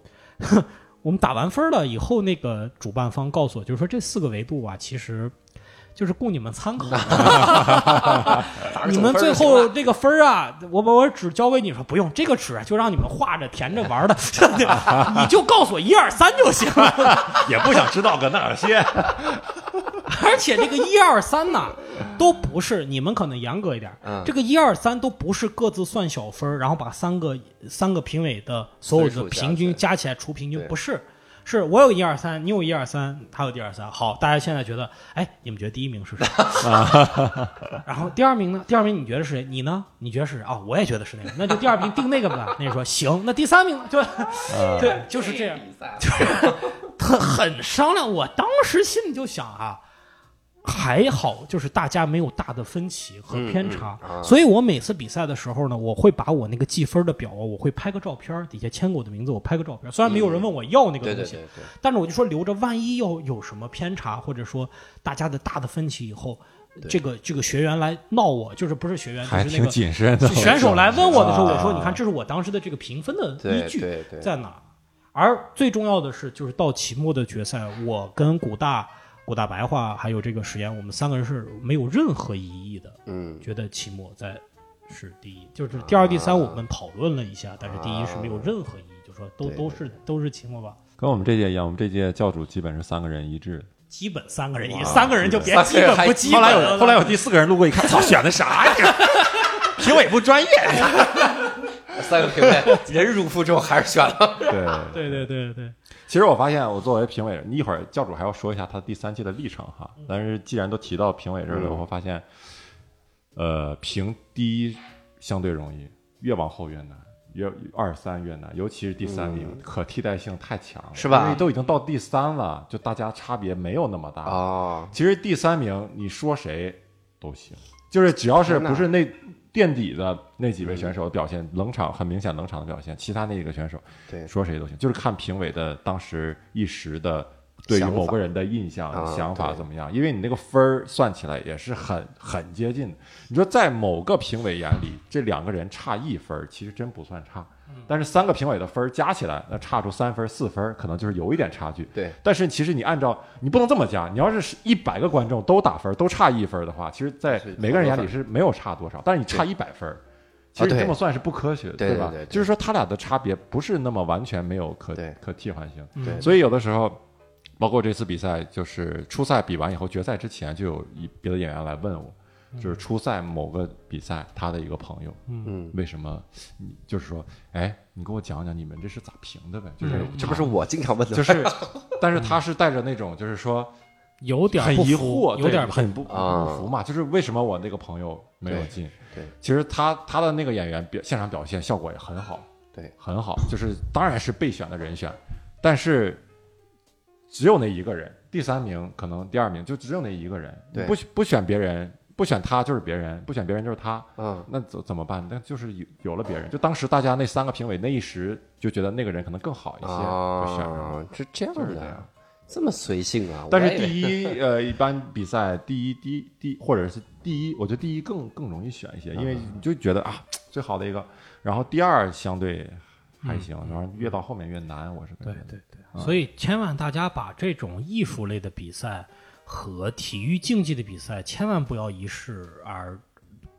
*laughs* 我们打完分了以后，那个主办方告诉我，就是说这四个维度啊，其实就是供你们参考。
打个
你
总
们
分
最
就行
后
了
这个分儿啊，我把我纸交给你说不用，这个纸啊就让你们画着填着玩儿的， *laughs* 你就告诉我一二三就行了。
也不想知道个哪些。
*laughs* 而且这个一二三呐，都不是你们可能严格一点儿，
嗯
这个一二三都不是各自算小分儿，然后把三个三个评委的所有的
分数加起来
平均加起来除平均
对，
不是。是我有一二三，你有一二三，他有一二三。好，大家现在觉得，哎，你们觉得第一名是谁？ *laughs* 然后第二名呢？第二名你觉得是谁？你呢？你觉得是谁？啊、我也觉得是那个，那就第二名定那个吧。那人说行，那第三名呢就，
啊
对，就是这样。
比赛
很很商量。我当时心里就想啊，还好就是大家没有大的分歧和偏差，
嗯嗯啊
所以我每次比赛的时候呢，我会把我那个记分的表啊，我会拍个照片儿，底下签过我的名字，我拍个照片儿。虽然没有人问我要那个
嗯对
东
对
西，
对对，
但是我就说留着，万一要有什么偏差，或者说大家的大的分歧以后。这个这个学员来闹我，就是不是学员，
还
就是那
挺
个
谨慎的。
选手来问我的时候，
啊
我说：“你看，这是我当时的这个评分的
对
依据
对对
在哪儿。”而最重要的是，就是到期末的决赛，我跟古大、古大白话还有这个实验，我们三个人是没有任何疑义的，
嗯，
觉得期末在是第一，就是第二、第
啊
三我们讨论了一下，但是第一是没有任何异议，就说都
对
都是都是期末吧，
跟我们这届一样，我们这届教主基本是三个人一致。
基本三个人，也三个人就别
三个
基本
人还
不基
后
本
来
了
有后来有第四个人路过一看，操，选的啥呀？ *laughs* 评委不专业。
三个评委忍辱负重还是选了，
对。
对对对对，
其实我发现，我作为评委，你一会儿教主还要说一下他第三季的历程哈。但是既然都提到评委这儿了，
嗯
我会发现，呃，评第一相对容易，越往后越难，越二三越难，尤其是第三名，可替代性太强了，
是吧
因为都已经到第三了，就大家差别没有那么
*laughs*
大。
哦，
其实第三名你说谁都行，就是只要是不是那垫底的那几位选手的表现，冷场很明显冷场的表现，其他那几个选手
对
说谁都行，就是看评委的当时一时的对于
想法
某个人的印象
啊
想法
对
怎么样，因为你那个分儿算起来也是很很接近的。你说在某个评委眼里，这两个人差一分儿，其实真不算差。但是三个评委的分儿加起来，那差出三分儿四分儿，可能就是有一点差距。
对，
但是其实你按照你不能这么加，你要是一百个观众都打分，都差一分的话，其实，在
是
每个人眼里是没有差多少，但是你差一百分，其实
啊
你
对
这么算是不科学的，
对对
吧
对对？
就是说他俩的差别不是那么完全没有可
对
可替换性，
嗯
对
所以有的时候。包括这次比赛，就是初赛比完以后，决赛之前就有一别的演员来问我，就是初赛某个比赛他的一个朋友，
嗯，
为什么你就是说，哎，你给我讲讲你们这是咋评的呗？就是
嗯
这不是我经常问的
*laughs* 就，是，但是他是带着那种就是说
有点
很
不服
疑惑，
有点
对
不
很不
啊
不服嘛，就是为什么我那个朋友没有进？
对对，
其实他他的那个演员表现场表现效果也很好，
对，
很好，就是当然是备选的人选，但是只有那一个人，第三名可能第二名就只有那一个人，
对
不不选别人，不选他就是别人，不选别人就是他，
嗯，
那怎怎么办？那就是有有了别人，就当时大家那三个评委那一时就觉得那个人可能更好一些，就选上了。
啊，是这样
就是这
的
样
啊，这么随性啊！
但
我还
是
以为
第一，呃，一般比赛第一、第一、第一或者是第一，我觉得第一更更容易选一些，因为你就觉得啊，最好的一个。然后第二相对还行，然后越到后面越难，我是感
对
觉。
对啊对，所以千万大家把这种艺术类的比赛和体育竞技的比赛千万不要一视而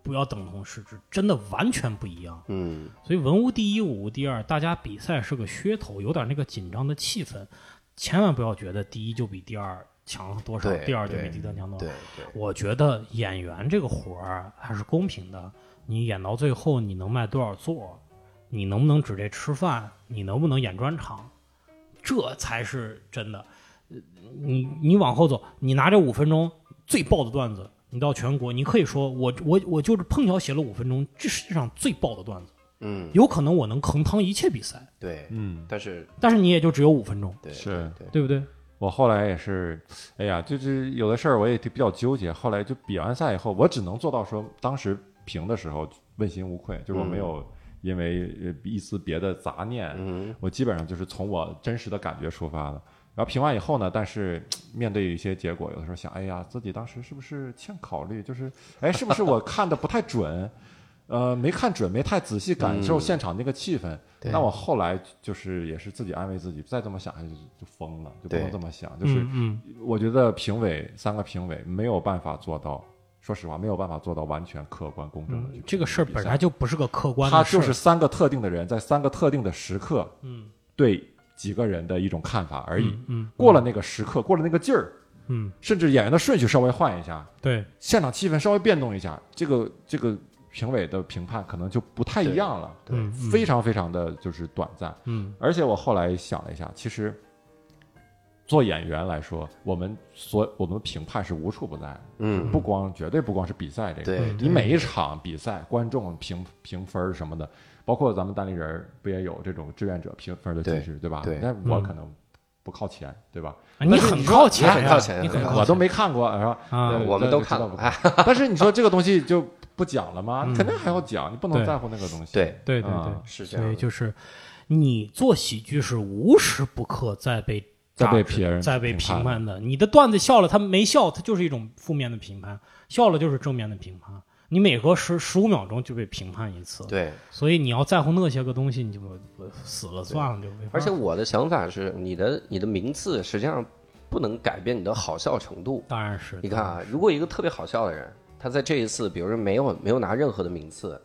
不要等同视之，真的完全不一样。
嗯，
所以文无第一，武无第二，大家比赛是个噱头，有点那个紧张的气氛，千万不要觉得第一就比第二强多少，
对
第二就比
对
第三强多少
对。对，
我觉得演员这个活儿还是公平的，你演到最后你能卖多少座，你能不能指这吃饭，你能不能演专场，这才是真的。呃你你往后走，你拿这五分钟最爆的段子，你到全国，你可以说我我我就是碰巧写了五分钟，这世界上最爆的段子，
嗯
有可能我能横趟一切比赛，
对，
嗯，
但是
但是你也就只有五分钟，
对
是
对
对不对？
我后来也是，哎呀，就是有的事儿我也比较纠结。后来就比完赛以后，我只能做到说，当时评的时候问心无愧，就是我没有因为呃一丝别的杂念，
嗯
我基本上就是从我真实的感觉出发的。然后评完以后呢，但是面对一些结果，有的时候想，哎呀，自己当时是不是欠考虑？就是，哎，是不是我看的不太准？呃，没看准，没太仔细感
嗯
受现场那个气氛。
对
那我后来就是也是自己安慰自己，再这么想下去就就疯了，就不能
对
这么想。就是
嗯
我觉得评委三个评委没有办法做到，说实话，没有办法做到完全客观公正的去
嗯
评，
这个事儿
比
本
赛
来就不是个客观
他
的事
就
儿，
是三个特定的人在三个特定的时刻
嗯
对几个人的一种看法而已。
嗯嗯
过了那个时刻，过了那个劲儿，
嗯，
甚至演员的顺序稍微换一下，
对。
现场气氛稍微变动一下，这个这个评委的评判可能就不太一样了，
对
嗯嗯
非常非常的就是短暂。
嗯
而且我后来想了一下，其实做演员来说，我们所我们评判是无处不在的，
嗯，
不光绝对不光是比赛这个，
嗯
对
你每一场比赛观众评评分儿什么的，包括咱们单立人儿不也有这种志愿者评分儿的机制，对吧？
对
那我
嗯
可能不靠前，对吧？
啊你很靠前呀，
你很靠前
你很
对
靠
我都没看过，是吧？
啊
对
我们
这
都
这
看啊
知道
了
不看但是你说这个东西就不讲了吗？你肯定还要讲，你不能
对
在乎那个东西。
对，
对对
啊
对，
是这
所
样
以
的，
就是你做喜剧是无时不刻在被
在被
榨汁
别人
在被
评判
评判的。你的段子笑了，他没笑，他就是一种负面的评判；笑了就是正面的评判。你每隔十十五秒钟就被评判一次，
对。
所以你要在乎那些个东西，你就呃死了算了，就没法
而且我的想法是，你的你的名次实际上不能改变你的好笑程度。
当然是
你看啊，如果一个特别好笑的人，他在这一次，比如说没有没有拿任何的名次，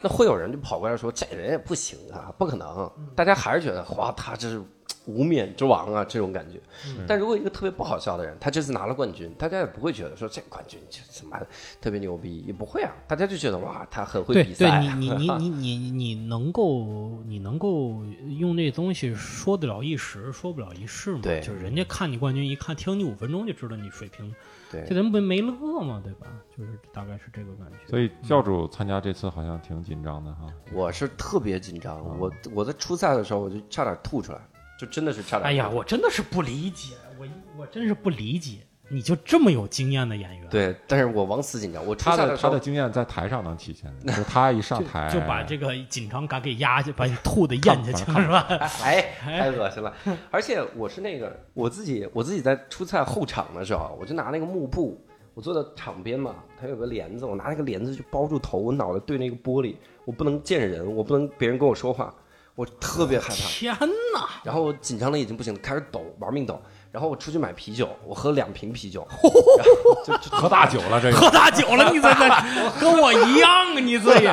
那会有人就跑过来说这人也不行啊，不可能，
嗯
大家还是觉得哇，他这是无冕之王啊这种感觉。
嗯
但如果一个特别不好笑的人，他这次拿了冠军，大家也不会觉得说这冠军这什么特别牛逼，也不会啊，大家就觉得哇，他很会
对
比赛
对，
啊、
你你你你你你能够你能够用这东西说得了一时，说不了一世嘛。
对
就是人家看你冠军，一看听你五分钟就知道你水平，
对
这人不没乐嘛，对吧？就是大概是这个感觉。
所以教主参加这次好像挺紧张的哈。
我是特别紧张，我我在初赛的时候我就差点吐出来，嗯就真的是差点。
哎呀，，我真的是不理解，我我真是不理解，你就这么有经验的演员，，
对，但是我往死紧张，我初
他
赛
的
时
他
候
的经验在台上能体现，就是他一上台
就把这个紧张感给压下，把你吐的咽下去了，是吧？
*laughs* 哎，太恶心了！而且我是那个我自己，我自己在出菜后场的时候，啊我就拿那个幕布，我坐在场边嘛，它有个帘子，我拿那个帘子就包住头，我脑袋对那个玻璃，我不能见人，我不能别人跟我说话，我特别害怕。
天哪！
然后我紧张的已经不行了，开始抖，玩命抖。然后我出去买啤酒，我喝两瓶啤酒，然后就就
喝大酒了，这个
喝大酒了，你这这跟我一样，啊你这也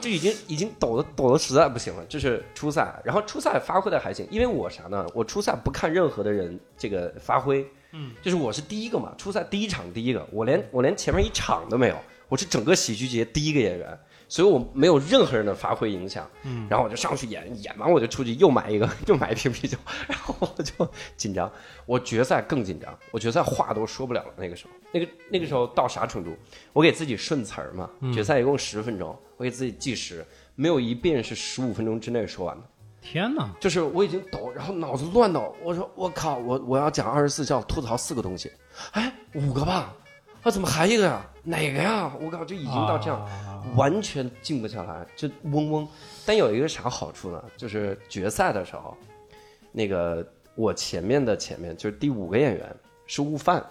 就已经已经抖的抖的实在不行了，就是初赛，然后初赛发挥的还行，因为我啥呢？我初赛不看任何的人这个发挥，嗯，就是我是第一个嘛，初赛第一场第一个，我连我连前面一场都没有，我是整个喜剧节第一个演员，所以我没有任何人的发挥影响，嗯，然后我就上去演，演完我就出去又买一个， *laughs* 又买一瓶啤酒，然后我就紧张，我决赛更紧张，我决赛话都说不了了，那个时候，那个那个时候到啥程度？我给自己顺词儿嘛，决赛一共十分钟，我给自己计时，没有一遍是十五分钟之内说完的。
天哪，
就是我已经抖，然后脑子乱抖。我说我靠，我我要讲二十四孝，吐槽四个东西，哎，五个吧，啊，怎么还一个呀？哪个呀？我靠，就已经到这样，
啊
完全静不下来，就嗡嗡。但有一个啥好处呢？就是决赛的时候，那个我前面的前面就是第五个演员是悟饭，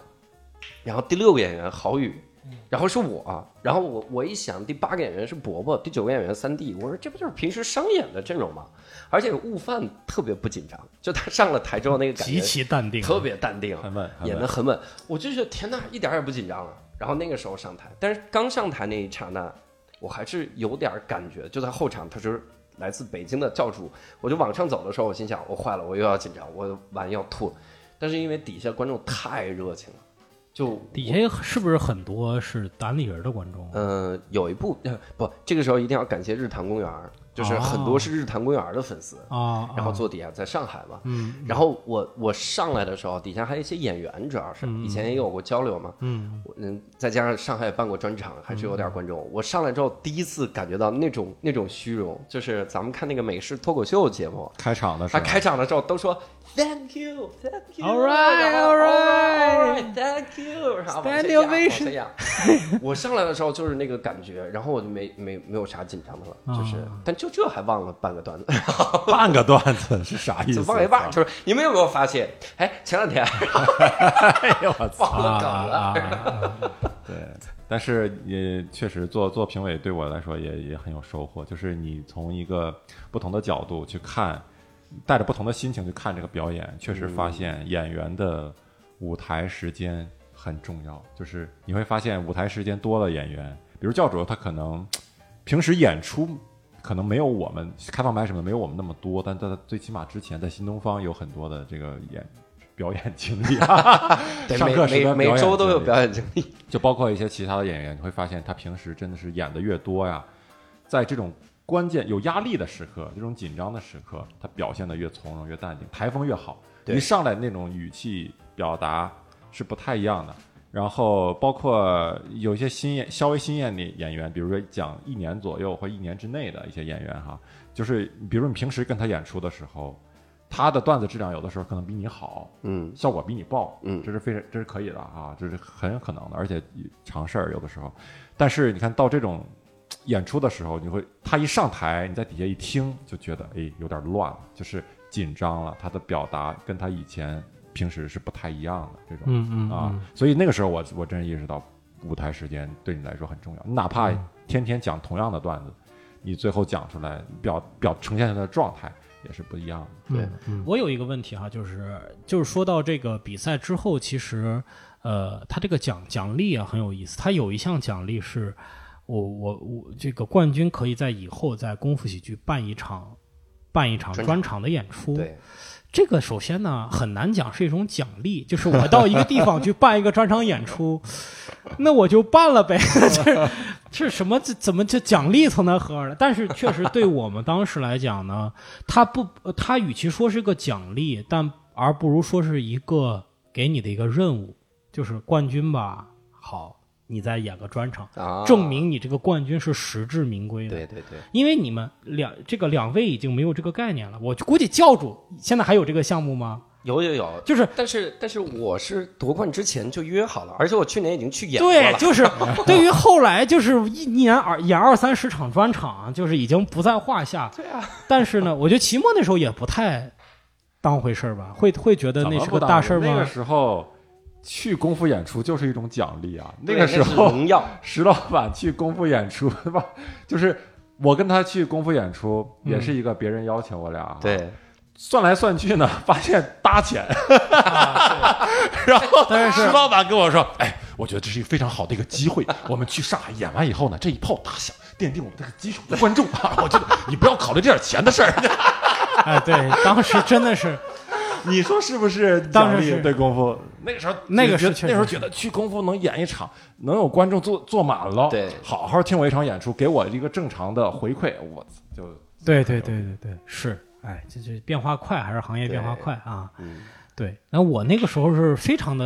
然后第六个演员郝宇。
嗯
然后是我，然后我我一想，第八个演员是伯伯，第九个演员三弟，我说这不就是平时商演的阵容吗？而且悟饭特别不紧张，就他上了台之后那个感
极
觉
其淡定，啊
特别淡定，
很稳，很
演得
稳。
很稳。我就觉得天呐，一点儿也不紧张了。然后那个时候上台，但是刚上台那一刹那，我还是有点感觉，就在后场，他是来自北京的教主，我就往上走的时候，我心想，我坏了，我又要紧张，我完要吐了。但是因为底下观众太热情了，就
底下是不是很多是单立人的观众？啊
呃，有一部呃不，这个时候一定要感谢日坛公园儿，就是很
哦
多是日坛公园儿的粉丝，
啊，
呃然后
啊
坐底下在上海嘛。
嗯
然后我我上来的时候，底下还有一些演员，主要是
嗯
以前也有过交流嘛。
嗯，
我嗯，再加上上海也办过专场，还是有点观众。我上来之后，第一次感觉到那种那种虚荣，就是咱们看那个美式脱口秀节目，
开场的时
他
候，
开场的时候都说 Thank you, Thank you,
All right, all right.
right, Thank you，然后
Stand
往
ovation.
这样，我上来的时候就是那个感觉，然后我就没没没有啥紧张的了，就是，但就这还忘了半个段子，
半个段子是啥意思？啊
就忘一半，就是你们有没有发现？哎，前两天
哎呦我操！
忘了梗
啊
了， *laughs*
啊
对，但是也确实做做评委对我来说也也很有收获，就是你从一个不同的角度去看，带着不同的心情去看这个表演，确实发现演员的舞台时间很重要。就是你会发现舞台时间多了，演员，比如教主他可能平时演出。可能没有我们开放麦什么的没有我们那么多，但在他最起码之前在新东方有很多的这个演表演经历，啊
对
上课时
每
间
每
表
每
演
周都有
经历
表演经历，
就包括一些其他的演员，你会发现他平时真的是演的越多呀，在这种关键有压力的时刻、这种紧张的时刻，他表现的越从容、越淡定，台风越好。
对
一上来那种语气表达是不太一样的。然后包括有一些新演稍微新演的演员，比如说讲一年左右或一年之内的一些演员哈，就是比如你平时跟他演出的时候，他的段子质量有的时候可能比你好，
嗯，
效果比你爆，
嗯
这是非常这是可以的啊，这是很有可能的，而且常事儿有的时候。但是你看到这种嘖演出的时候，你会他一上台，你在底下一听就觉得哎有点乱了，就是紧张了，他的表达跟他以前平时是不太一样的这种、
嗯嗯
啊
嗯，
所以那个时候我我真意识到舞台时间对你来说很重要，你哪怕
嗯
天天讲同样的段子，你最后讲出来表表呈现出来的状态也是不一样的。
对
嗯嗯我有一个问题哈、就是就是说到这个比赛之后，其实呃，他这个奖奖励啊很有意思，他有一项奖励是我我我这个冠军可以在以后在功夫喜剧办一场办一场
专场
专场的演出，
对，
这个首先呢很难讲是一种奖励，就是我到一个地方去办一个专场演出，那我就办了呗， *laughs* 这是什么？这怎么这奖励从哪喝的？但是确实对我们当时来讲呢，它不，呃它与其说是个奖励，但而不如说是一个给你的一个任务，就是冠军吧，好，你再演个专场，
啊，
证，明你这个冠军是实至名归的。
对对对，
因为你们两这个两位已经没有这个概念了，我就估计教主现在还有这个项目吗？
有有有，
就是
但是但是我是夺冠之前就约好了，而且我去年已经去演过
对，
了。
就是对于后来就是一年二演二三十场专场，就是已经不在话下。对啊，但是呢，我觉得期末那时候也不太当回事儿吧，会会觉得
怎
那
么
是
不
个
当
大事儿
那个
吗？
时候去功夫演出就是一种奖励啊，那
对
个时
是
候啊
荣耀，
石老板去功夫演出，对吧？就是我跟他去功夫演出，
嗯
也是一个别人邀请我俩，，
对，
算来算去呢，发现搭钱， *laughs* 然后
但啊是
石老板跟我说，哎，我觉得这是一个非常好的一个机会，我们去上海演完以后呢，这一炮打响。奠定我们这个基础的观众啊，我觉得你不要考虑这点钱的事儿，
哎，对，当时真的是
你说是不是？
当然是
对功夫，那个时候
那个是
觉得
确实
那时候觉得去功夫能演一场，能有观众坐坐满了，
对
好好听我一场演出，给我一个正常的回馈，我就
对对对对对，是，哎，这这变化快，还是行业变化快啊？
嗯，
对，那我那个时候是非常的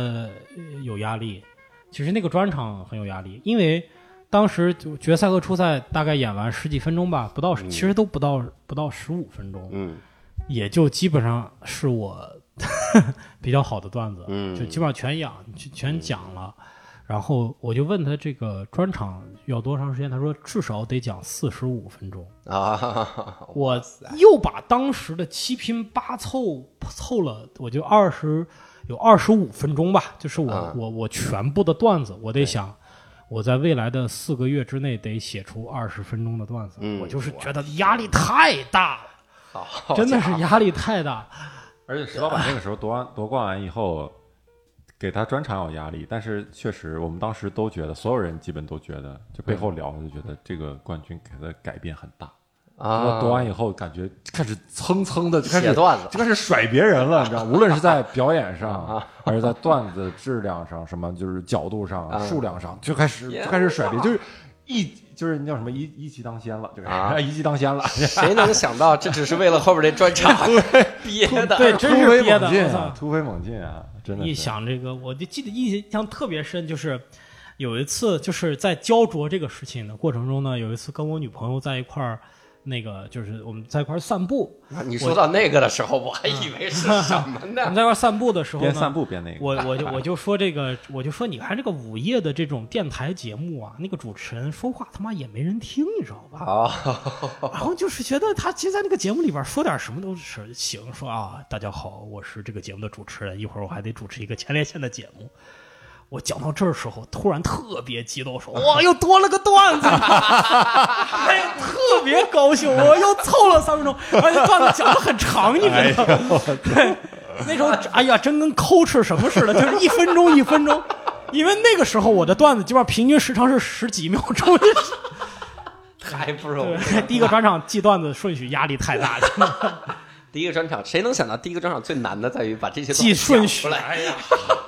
呃有压力，其实那个专场很有压力，因为当时就决赛和初赛大概演完十几分钟吧，不到，
嗯
其实都不到不到十五分钟，
嗯
也就基本上是我 *laughs* 比较好的段子，
嗯
就基本上全演全全讲了。然后我就问他这个专场要多长时间，他说至少得讲四十五分钟。
啊，
我又把当时的七拼八凑凑了，我就二十有二十五分钟吧，就是我、
啊
我我全部的段子，我得想。我在未来的四个月之内得写出二十分钟的段子，
嗯
我就是觉得压力太大了，
好
真的
家
是
伙
压力太大。
而且石老板那个 *laughs* 时候夺完夺冠完以后，给他专场有压力，但是确实我们当时都觉得，所有人基本都觉得，就背后聊就觉得这个冠军给他改变很大。
啊，
夺完以后感觉开始蹭蹭的就开
写
始
段子
就开始甩别人了，你知道，无论是在表演
啊
上，还是在段子质量上，什么就是角度
啊
上、数量上，就开始就开始甩别人，就是一就是那叫什么一一骑当先了，就开
啊
始 *laughs* 一骑当先了，
谁能想到这只是为了后边这专场 *laughs* 憋的？
对，真
突
是
飞
憋
猛
的。
进
我操
啊，突飞猛进啊，真的
一
是。
想这个，我就记得印象特别深，就是有一次就是在焦灼这个事情的过程中呢，有一次跟我女朋友在一块儿，那个就是我们在一块儿散步，
啊你说到那个的时候，我还以为是什么
*laughs* 我
呢
们？在一块儿散步的时候
边散
呢。
步边那个，
我我就我就说这个，我就说你看这个午夜的这种电台节目啊，那个主持人说话他妈也没人听，你知道吧？
啊，
然后就是觉得他其实，在那个节目里边说点什么都是行，说啊，大家好，我是这个节目的主持人，一会儿我还得主持一个前列腺的节目。我讲到这儿时候，突然特别激动，说哇，又多了个段子， *laughs* 哎呀，特别高兴，我又凑了三分钟，而且段子讲的很长，你知道吗？ *laughs* 对，那时候哎呀，真跟抠吃什么似的，就是一分钟一分钟，因为那个时候我的段子基本上平均时长是十几秒钟。 *laughs*
还不容易。 *laughs*
对， *laughs* 第一个专场记段子顺序压力太大了，
*laughs*
第一个专场，谁能想到第一个专场最难的在于把这些
记顺序
讲出来？哎呀，一个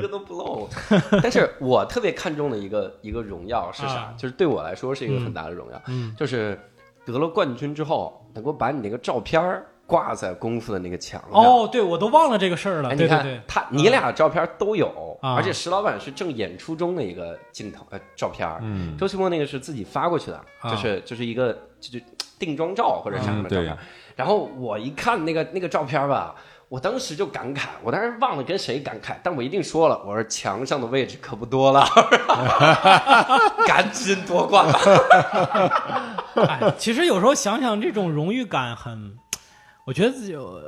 对，
都不漏。 *laughs* 但是我特别看重的一个一个荣耀是啥
啊？
就是对我来说是一个很大的荣耀，
嗯
就是得了冠军之后，能够把你那个照片儿挂在功夫的那个墙上。
哦，对我都忘了这个事儿了，
哎，
对
你
对
看
对，
他，你俩照片都有，
啊
而且石老板是正演出中的一个镜头呃照片儿，
嗯，
周奇墨那个是自己发过去的，
啊
就是就是一个就就定妆照或者啥
嗯
的照片
对
儿。然后我一看那个那个照片儿吧，我当时就感慨，我当时忘了跟谁感慨，但我一定说了，我说墙上的位置可不多了， *laughs* 赶紧夺冠吧。
哎，其实有时候想想这种荣誉感很。我觉得就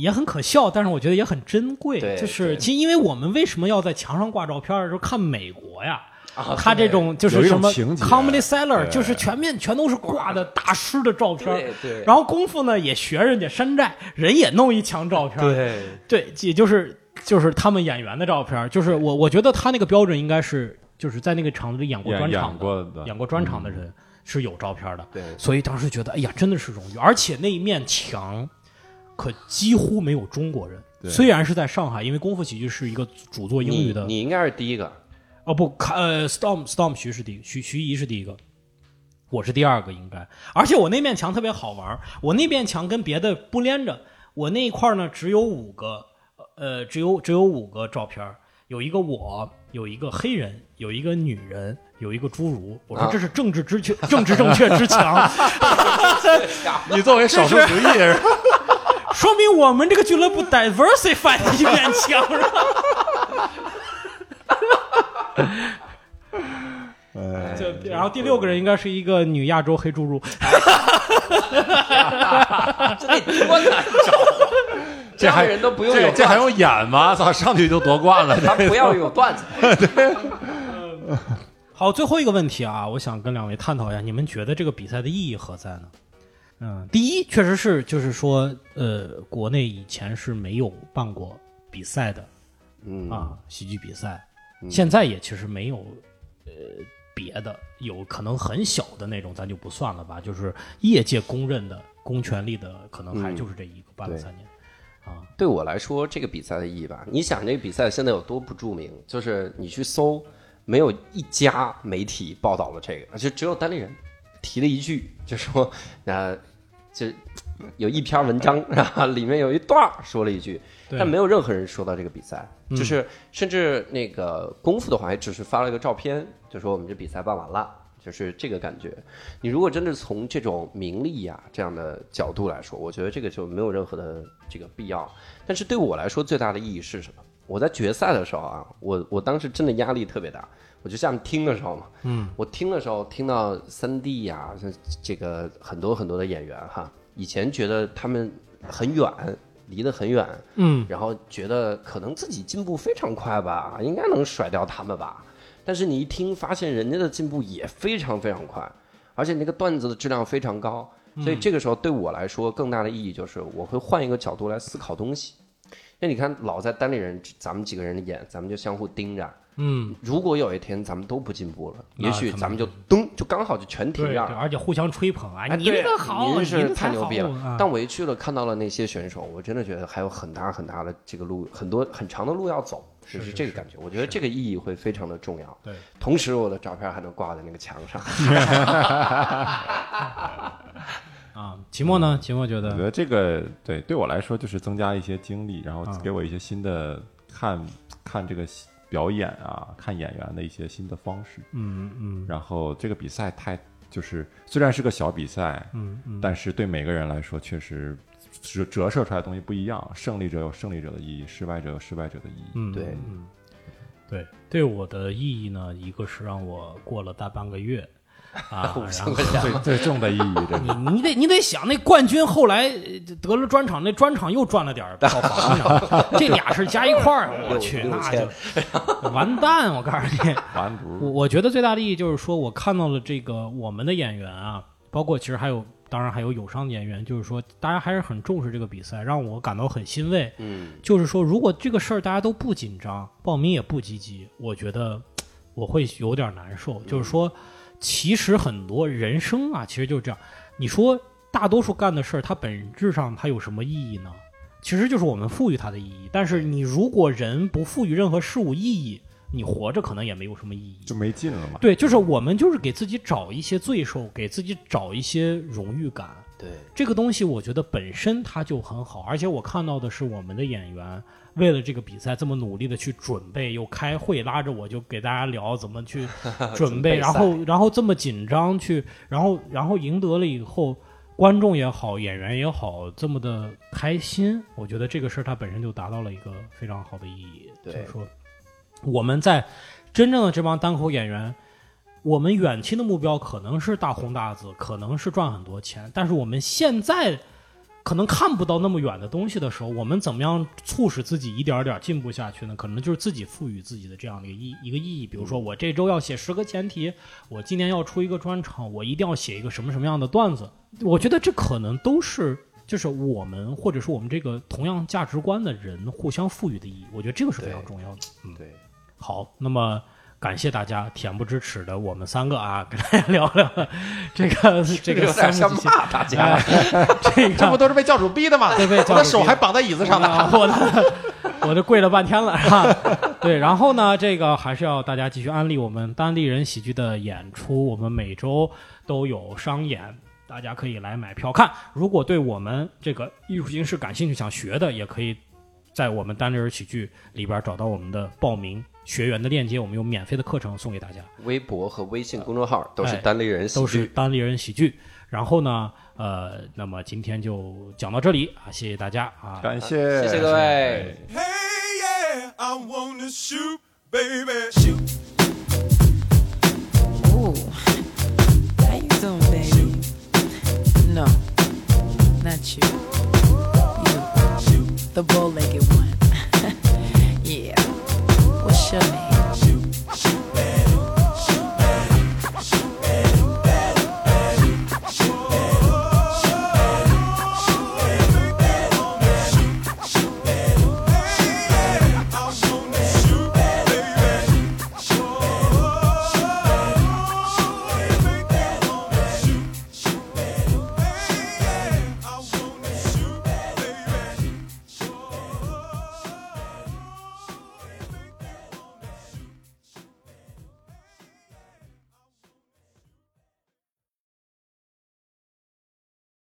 也很可笑，但是我觉得也很珍贵。
对
就是
对
其实，因为我们为什么要在墙上挂照片儿？就是看美国呀，
啊
他这种就是
有一
什
种
么
情节啊
comedy seller，
对
就是全面全都是挂的大师的照片儿
对。对
然后功夫呢也学人家山寨，人也弄一墙照片儿。
对
对，也就是就是他们演员的照片儿，就是我我觉得他那个标准应该是就是在那个场子里演过
演
专场
演
的，
过的，嗯
演过专场的人是有照片儿的，
对，
所以当时觉得哎呀真的是荣誉，而且那一面墙可几乎没有中国人。
对
虽然是在上海，因为功夫喜剧是一个主做英语
你
的，
你应该是第一个，
哦不，卡呃，Storm Storm 徐是第一，徐徐怡是第一个，我是第二个应该。而且我那面墙特别好玩儿，我那面墙跟别的不连着，我那一块儿呢只有五个，呃，只有只有五个照片儿，有一个我，有一个黑人，有一个女人。有一个侏儒，我说
啊
这是政治之确，政治正确之强，
你作为少数族裔人，
说明我们这个俱乐部 diversify 的一面墙是吧？
哎
就然后第六个人应该是一个女亚洲黑侏儒，
这得多难找， *laughs* 这样的人都不用有
这这还
段子，
用演吗？操，上去就夺冠
*laughs*
了，
他
这
不要有段子。
好，最后一个问题啊，我想跟两位探讨一下，你们觉得这个比赛的意义何在呢？嗯，第一，确实是就是说，呃，国内以前是没有办过比赛的
嗯
啊，喜剧比赛，现在也其实没有，呃，别的有可能很小的那种，咱就不算了吧，就是业界公认的公权力的，可能还
嗯
就是这一个办了
对
三年，
对我来说，这个比赛的意义吧，你想这个比赛现在有多不著名？就是你去搜，没有一家媒体报道了这个，就只有单立人提了一句，就说呃，就有一篇文章，然后里面有一段儿说了一句，
对
但没有任何人说到这个比赛，就是甚至那个功夫的话，也只是发了一个照片，就说我们这比赛办完了，就是这个感觉。你如果真的从这种名利呀、这样的角度来说，我觉得这个就没有任何的这个必要。但是对我来说，最大的意义是什么？我在决赛的时候啊，我我当时真的压力特别大，我就像听的时候嘛，嗯，我听的时候听到三 D 呀、像这个很多很多的演员哈，以前觉得他们很远，离得很远，
嗯，
然后觉得可能自己进步非常快吧，应该能甩掉他们吧。但是你一听，发现人家的进步也非常非常快，而且那个段子的质量非常高。
嗯
所以这个时候对我来说，更大的意义就是我会换一个角度来思考东西。那你看，老在单立人，咱们几个人演，咱们就相互盯着。
嗯，
如果有一天咱们都不进步了，
那
也许
可能
咱们就噔，就刚好就全停
对，对
这儿了。
而且互相吹捧啊，
哎，
你这
对
个好，
您
你
是
这
太
才
牛逼
好
了
啊。
但我一去了，看到了那些选手，我真的觉得还有很大很大的这个路，很多很长的路要走，就是是
是
这个感觉。我觉得这个意义会非常的重要。
对，
同时我的照片还能挂在那个墙上。
啊，秦墨呢？秦墨觉
我
嗯
觉
得，
得这个对对我来说就是增加一些经历，然后
啊
给我一些新的看看这个表演啊，看演员的一些新的方式。
嗯嗯
然后这个比赛太就是虽然是个小比赛，
嗯嗯，
但是对每个人来说确实折折射出来的东西不一样。胜利者有胜利者的意义，失败者有失败者的意义。
嗯，
对
嗯，对，对我的意义呢，一个是让我过了大半个月
*laughs*
啊，然后
最最重的意义，这个
你你得你得想，那冠军后来呃得了专场，那专场又赚了点儿票房，你知道吗这俩事儿加一块儿，我去，
六
那
千
就完蛋！我告诉你， *laughs*
完犊
我
儿。
我觉得最大的意义就是说，我看到了这个我们的演员啊，包括其实还有，当然还有友商的演员，就是说大家还是很重视这个比赛，让我感到很欣慰。
嗯，
就是说，如果这个事儿大家都不紧张，报名也不积极，我觉得我会有点难受。就是说，其实很多人生啊，其实就是这样。你说大多数干的事儿，它本质上它有什么意义呢？其实就是我们赋予它的意义。但是你如果人不赋予任何事物意义，你活着可能也没有什么意义。
就没劲了嘛？
对，就是我们就是给自己找一些罪受，给自己找一些荣誉感。
对，
这个东西我觉得本身它就很好，而且我看到的是我们的演员为了这个比赛这么努力的去准备，又开会拉着我就给大家聊怎么去准备，
备赛
然后然后这么紧张去，然后然后赢得了以后，观众也好，演员也好，这么的开心，我觉得这个事儿它本身就达到了一个非常好的意义。
对
就是说我们在真正的这帮单口演员。我们远期的目标可能是大红大紫，可能是赚很多钱，但是我们现在可能看不到那么远的东西的时候，我们怎么样促使自己一点儿点儿进步下去呢？可能就是自己赋予自己的这样的一个意一个意义。比如说，我这周要写十个前提，我今年要出一个专场，我一定要写一个什么什么样的段子。我觉得这可能都是。就是我们，或者说我们这个同样价值观的人互相赋予的意义，我觉得这个是非常
对
重要的。嗯
对，
好，那么感谢大家恬不知耻的我们三个啊，跟大家聊聊这个这个
有点
三
像
个极限，
骂大家。
哎这个
这不都是被教主逼的吗？
对被教主
我的手
逼的
还绑在椅子上呢。
啊，我的我这跪了半天了，是吧？对，然后呢，这个还是要大家继续安利我们单立人喜剧的演出，我们每周都有商演。大家可以来买票看。如果对我们这个艺术形式感兴趣，想学的，也可以在我们单立人喜剧里边找到我们的报名学员的链接，我们有免费的课程送给大家。
微博和微信公众号都是
哎
单立人喜
都是
剧，
单立人喜剧。然后呢，呃，那么今天就讲到这里啊，谢谢大家啊，
感谢，
谢谢各位。
Hey, yeah, I wanna shoot, baby. Shoot.
Ooh, how you doing, baby? No, not you. You, the bow-legged one. *laughs*